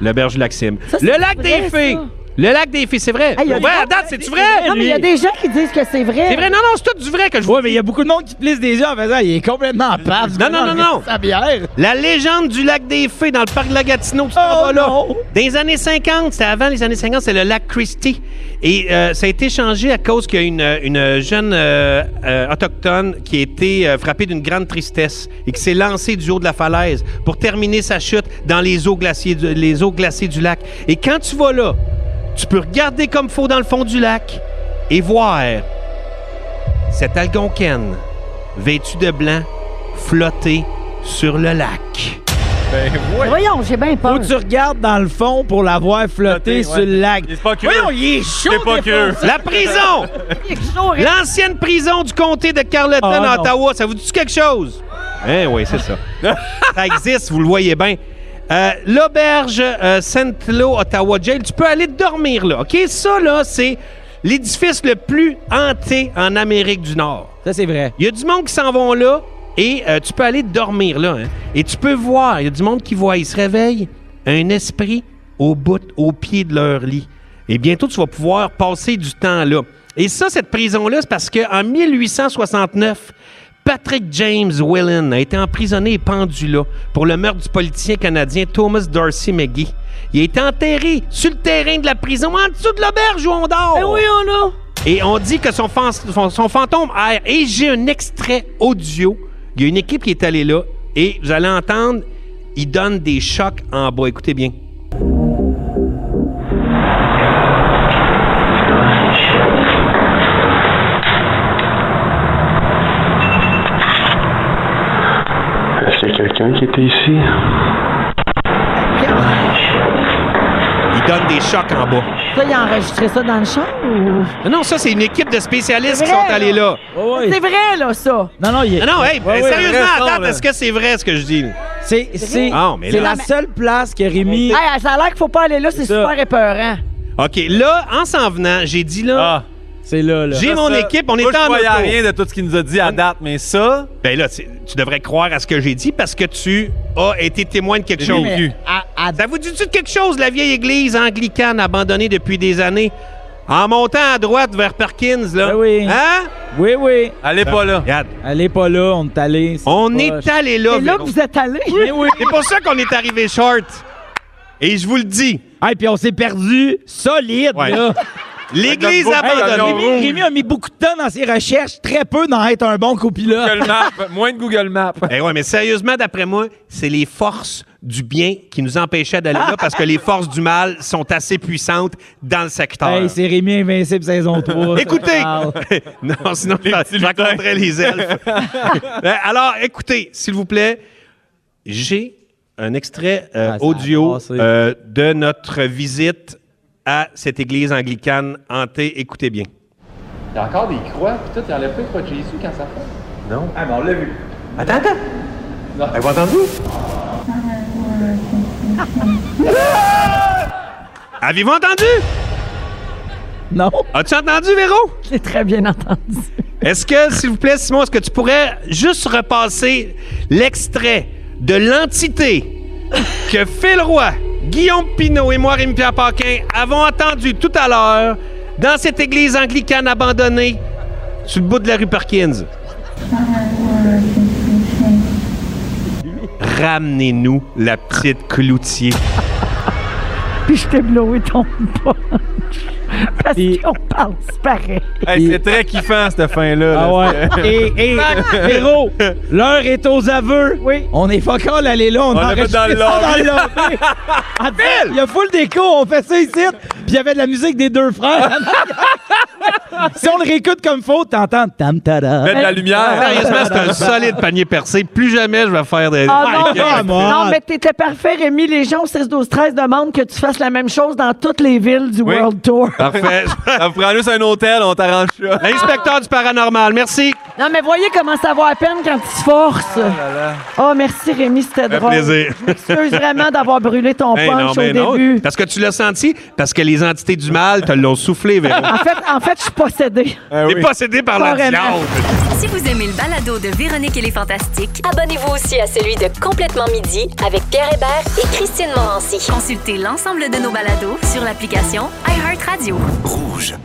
S14: Le berge du lac Sim. le lac des fées. Le lac des filles, c'est vrai.
S15: Hey, il y a
S14: Pour vrai,
S15: des-
S14: à date, c'est-tu vrai?
S15: Non, mais il y a des
S3: gens qui disent que c'est vrai.
S14: C'est vrai, non, non, c'est tout du vrai que je vois.
S15: mais il y a beaucoup de monde qui te plisse des yeux en faisant il est complètement paf.
S14: Non, non, non, non.
S15: Sa bière.
S14: La légende du lac des Fées dans le parc de la Gatineau, tu t'en vas là. Dans les années 50, c'était avant les années 50, c'est le lac Christie. Et euh, ça a été changé à cause qu'il y a une, une jeune euh, euh, autochtone qui a été euh, frappée d'une grande tristesse et qui s'est lancée du haut de la falaise pour terminer sa chute dans les eaux glaciers du, les eaux glacées du lac. Et quand tu vas là, tu peux regarder comme faut dans le fond du lac et voir cette Algonquine vêtue de blanc flotter sur le lac.
S15: Ben,
S16: Voyons, j'ai bien peur.
S15: Faut que tu regardes dans le fond pour la voir flotter
S14: ouais.
S15: sur le lac.
S14: Il est pas curieux.
S15: Voyons, il est chaud.
S14: Il est pas
S15: des
S14: curieux.
S15: fois.
S14: La prison! [LAUGHS] L'ancienne prison du comté de Carleton
S15: Ah,
S14: à
S15: non.
S14: Ottawa, ça vous dit quelque chose? Eh oui,
S15: [LAUGHS]
S14: c'est ça. ça existe, vous le voyez bien. Euh, L'auberge euh, Saint-Lo, Ottawa Jail, tu peux aller dormir là, OK? Ça, là, c'est l'édifice le plus hanté en Amérique du Nord.
S15: Ça, c'est vrai.
S14: Il y a du monde qui s'en vont là et euh, tu peux aller dormir là. hein. Et tu peux voir, il y a du monde qui voit, ils se réveillent, un esprit au bout, au pied de leur lit. Et bientôt, Eh tu vas pouvoir passer du temps là. Et ça, cette prison-là, c'est parce qu'en 1869, Patrick James Whelan a été emprisonné et pendu là pour le meurtre du politicien canadien Thomas Darcy McGee. Il a été enterré sur le terrain de la prison, en dessous de l'auberge où on dort. oui,
S16: Eh on a.
S14: et on dit que son, fan- son- son fantôme erre. Et j'ai un extrait audio. Il y a une équipe qui est allée là et vous allez entendre, il donne des chocs en bas. Écoutez bien.
S17: Est-ce qu'il y a quelqu'un qui était ici?
S14: Il donne des chocs en bas.
S3: Ça, il a enregistré ça dans le champ ou.
S14: Non, non, ça, c'est une équipe de spécialistes
S3: C'est
S14: qui sont
S3: vrai,
S14: allés là.
S3: C'est vrai, là, ça.
S15: Non, non, il est.
S14: Non, non, hey,
S15: Ouais, ouais,
S14: sérieusement,
S15: vrai, ça,
S14: attends,
S15: là.
S14: est-ce que c'est vrai ce que je dis?
S15: C'est c'est-
S14: Ah, mais
S15: c'est
S14: là-
S15: la seule place que Rémi.
S3: Hey, ça a l'air qu'il faut pas aller là, c'est
S15: ça.
S3: super épeurant.
S14: OK, là, en s'en venant, j'ai dit
S13: Ah,
S14: là.
S15: c'est là, là.
S14: J'ai
S13: Ça,
S14: mon
S13: ça,
S14: équipe, on
S13: moi,
S14: est en
S13: Je
S14: auto.
S13: ne rien de tout ce qu'il nous a dit à date, mais ça.
S14: Ben là, tu tu devrais croire à ce que j'ai dit parce que tu as été témoin de quelque
S13: J'ai
S14: chose.
S13: vécu.
S14: Ça vous dit-tu de quelque chose, la vieille église anglicane abandonnée depuis des années? En montant à droite vers Perkins, là.
S15: Ben oui.
S14: Hein?
S15: Oui, oui.
S13: Allez pas là.
S14: Regarde.
S15: Allez pas là, on est allé. c'est
S14: On
S15: pas-
S14: est allé là.
S15: C'est là
S14: Véro.
S15: que vous êtes [LAUGHS] allé.
S14: Mais oui. C'est pour ça qu'on est arrivé short. Et je vous le dis.
S15: Hey, puis on s'est perdu solide,
S14: Ouais.
S15: là.
S14: [LAUGHS] L'Église
S15: Hey,
S14: abandonnée.
S15: Rémi, Rémi a mis beaucoup de temps dans ses recherches, très peu dans être un bon copilote. [LAUGHS]
S13: Google Maps, moins de Google Maps.
S14: Eh ouais, mais sérieusement, d'après moi, c'est les forces du bien qui nous empêchaient d'aller là parce que les forces du mal sont assez puissantes dans le secteur.
S15: Hey, c'est Rémi Invincible saison 3. ça
S14: Écoutez!
S15: parle.
S14: [LAUGHS] non, sinon, je je raconterai les elfes.
S15: [LAUGHS]
S14: Euh, Alors, écoutez, s'il vous plaît, j'ai un extrait euh,
S15: Ah,
S14: audio euh, de notre visite à cette église anglicane hantée. Écoutez bien.
S18: Il y a encore des croix, puis tout, il enlève pas les croix de Jésus quand ça fait.
S14: Non?
S18: Ah, mais on l'a vu.
S14: Attends, attends! Elle va entendre
S12: [LAUGHS]
S14: Avez-vous entendu?
S3: Non.
S14: As-tu entendu, Véro?
S3: Je l'ai très bien entendu.
S14: Est-ce que, s'il vous plaît, Simon, est-ce que tu pourrais juste repasser l'extrait de l'entité que Phil Roy, Guillaume Pinault et moi, Rémi-Pierre Paquin, avons entendu tout à l'heure dans cette église anglicane abandonnée sur le bout de la rue Perkins? Ramenez-nous la petite cloutier.
S3: Puis je t'ai blowé ton punch. Parce qu'on pense pareil.
S13: Hey, c'est très kiffant, cette fin-là.
S15: Ah
S13: là.
S15: ouais. et,
S13: [LAUGHS]
S15: et, Véro, l'heure est aux aveux. Oui. On est focal allé là, on,
S13: On l'a fait
S15: enregistré
S13: dans le
S15: ça dans
S13: lobby.
S15: le lobby. Ah, Il y a full déco, on fait ça ici. Puis il y avait de la musique des deux frères. [LAUGHS] si on le réécoute comme faut, t'entends tam
S3: Hein?
S15: tada.
S14: Mettre de la
S3: Ah,
S14: lumière.
S3: ben,
S14: Sérieusement, c'est un solide panier percé. Plus jamais je vais faire des.
S3: Ah non,
S14: Mike.
S3: non, mais t'étais parfait, Rémi. Les gens au 16-12-13 demandent que tu fasses la même chose dans toutes les villes du
S13: Oui.
S3: World Tour.
S18: [LAUGHS]
S13: Parfait. Ça vous prend juste un hôtel, on t'arrange ça.
S14: [LAUGHS] L'inspecteur du paranormal, merci.
S3: Non, mais voyez comment ça vaut à peine quand tu te forces. Oh, merci, Rémi, c'était
S14: fait
S3: drôle.
S14: plaisir.
S3: Je m'excuse vraiment d'avoir brûlé ton
S14: Ben non,
S3: punch
S14: ben
S3: au
S14: non.
S3: début.
S14: Parce que tu l'as senti, parce que les entités du mal te l'ont soufflé, Véro.
S3: En fait, en fait, je suis pas possédé.
S14: T'es possédé par la
S3: Carrément.
S14: diable.
S1: Si vous aimez le balado de Véronique et les Fantastiques, abonnez-vous aussi à celui de Complètement Midi avec Pierre Hébert et Christine Morancy. Consultez l'ensemble de nos balados sur l'application iHeartRadio.
S19: Rouge.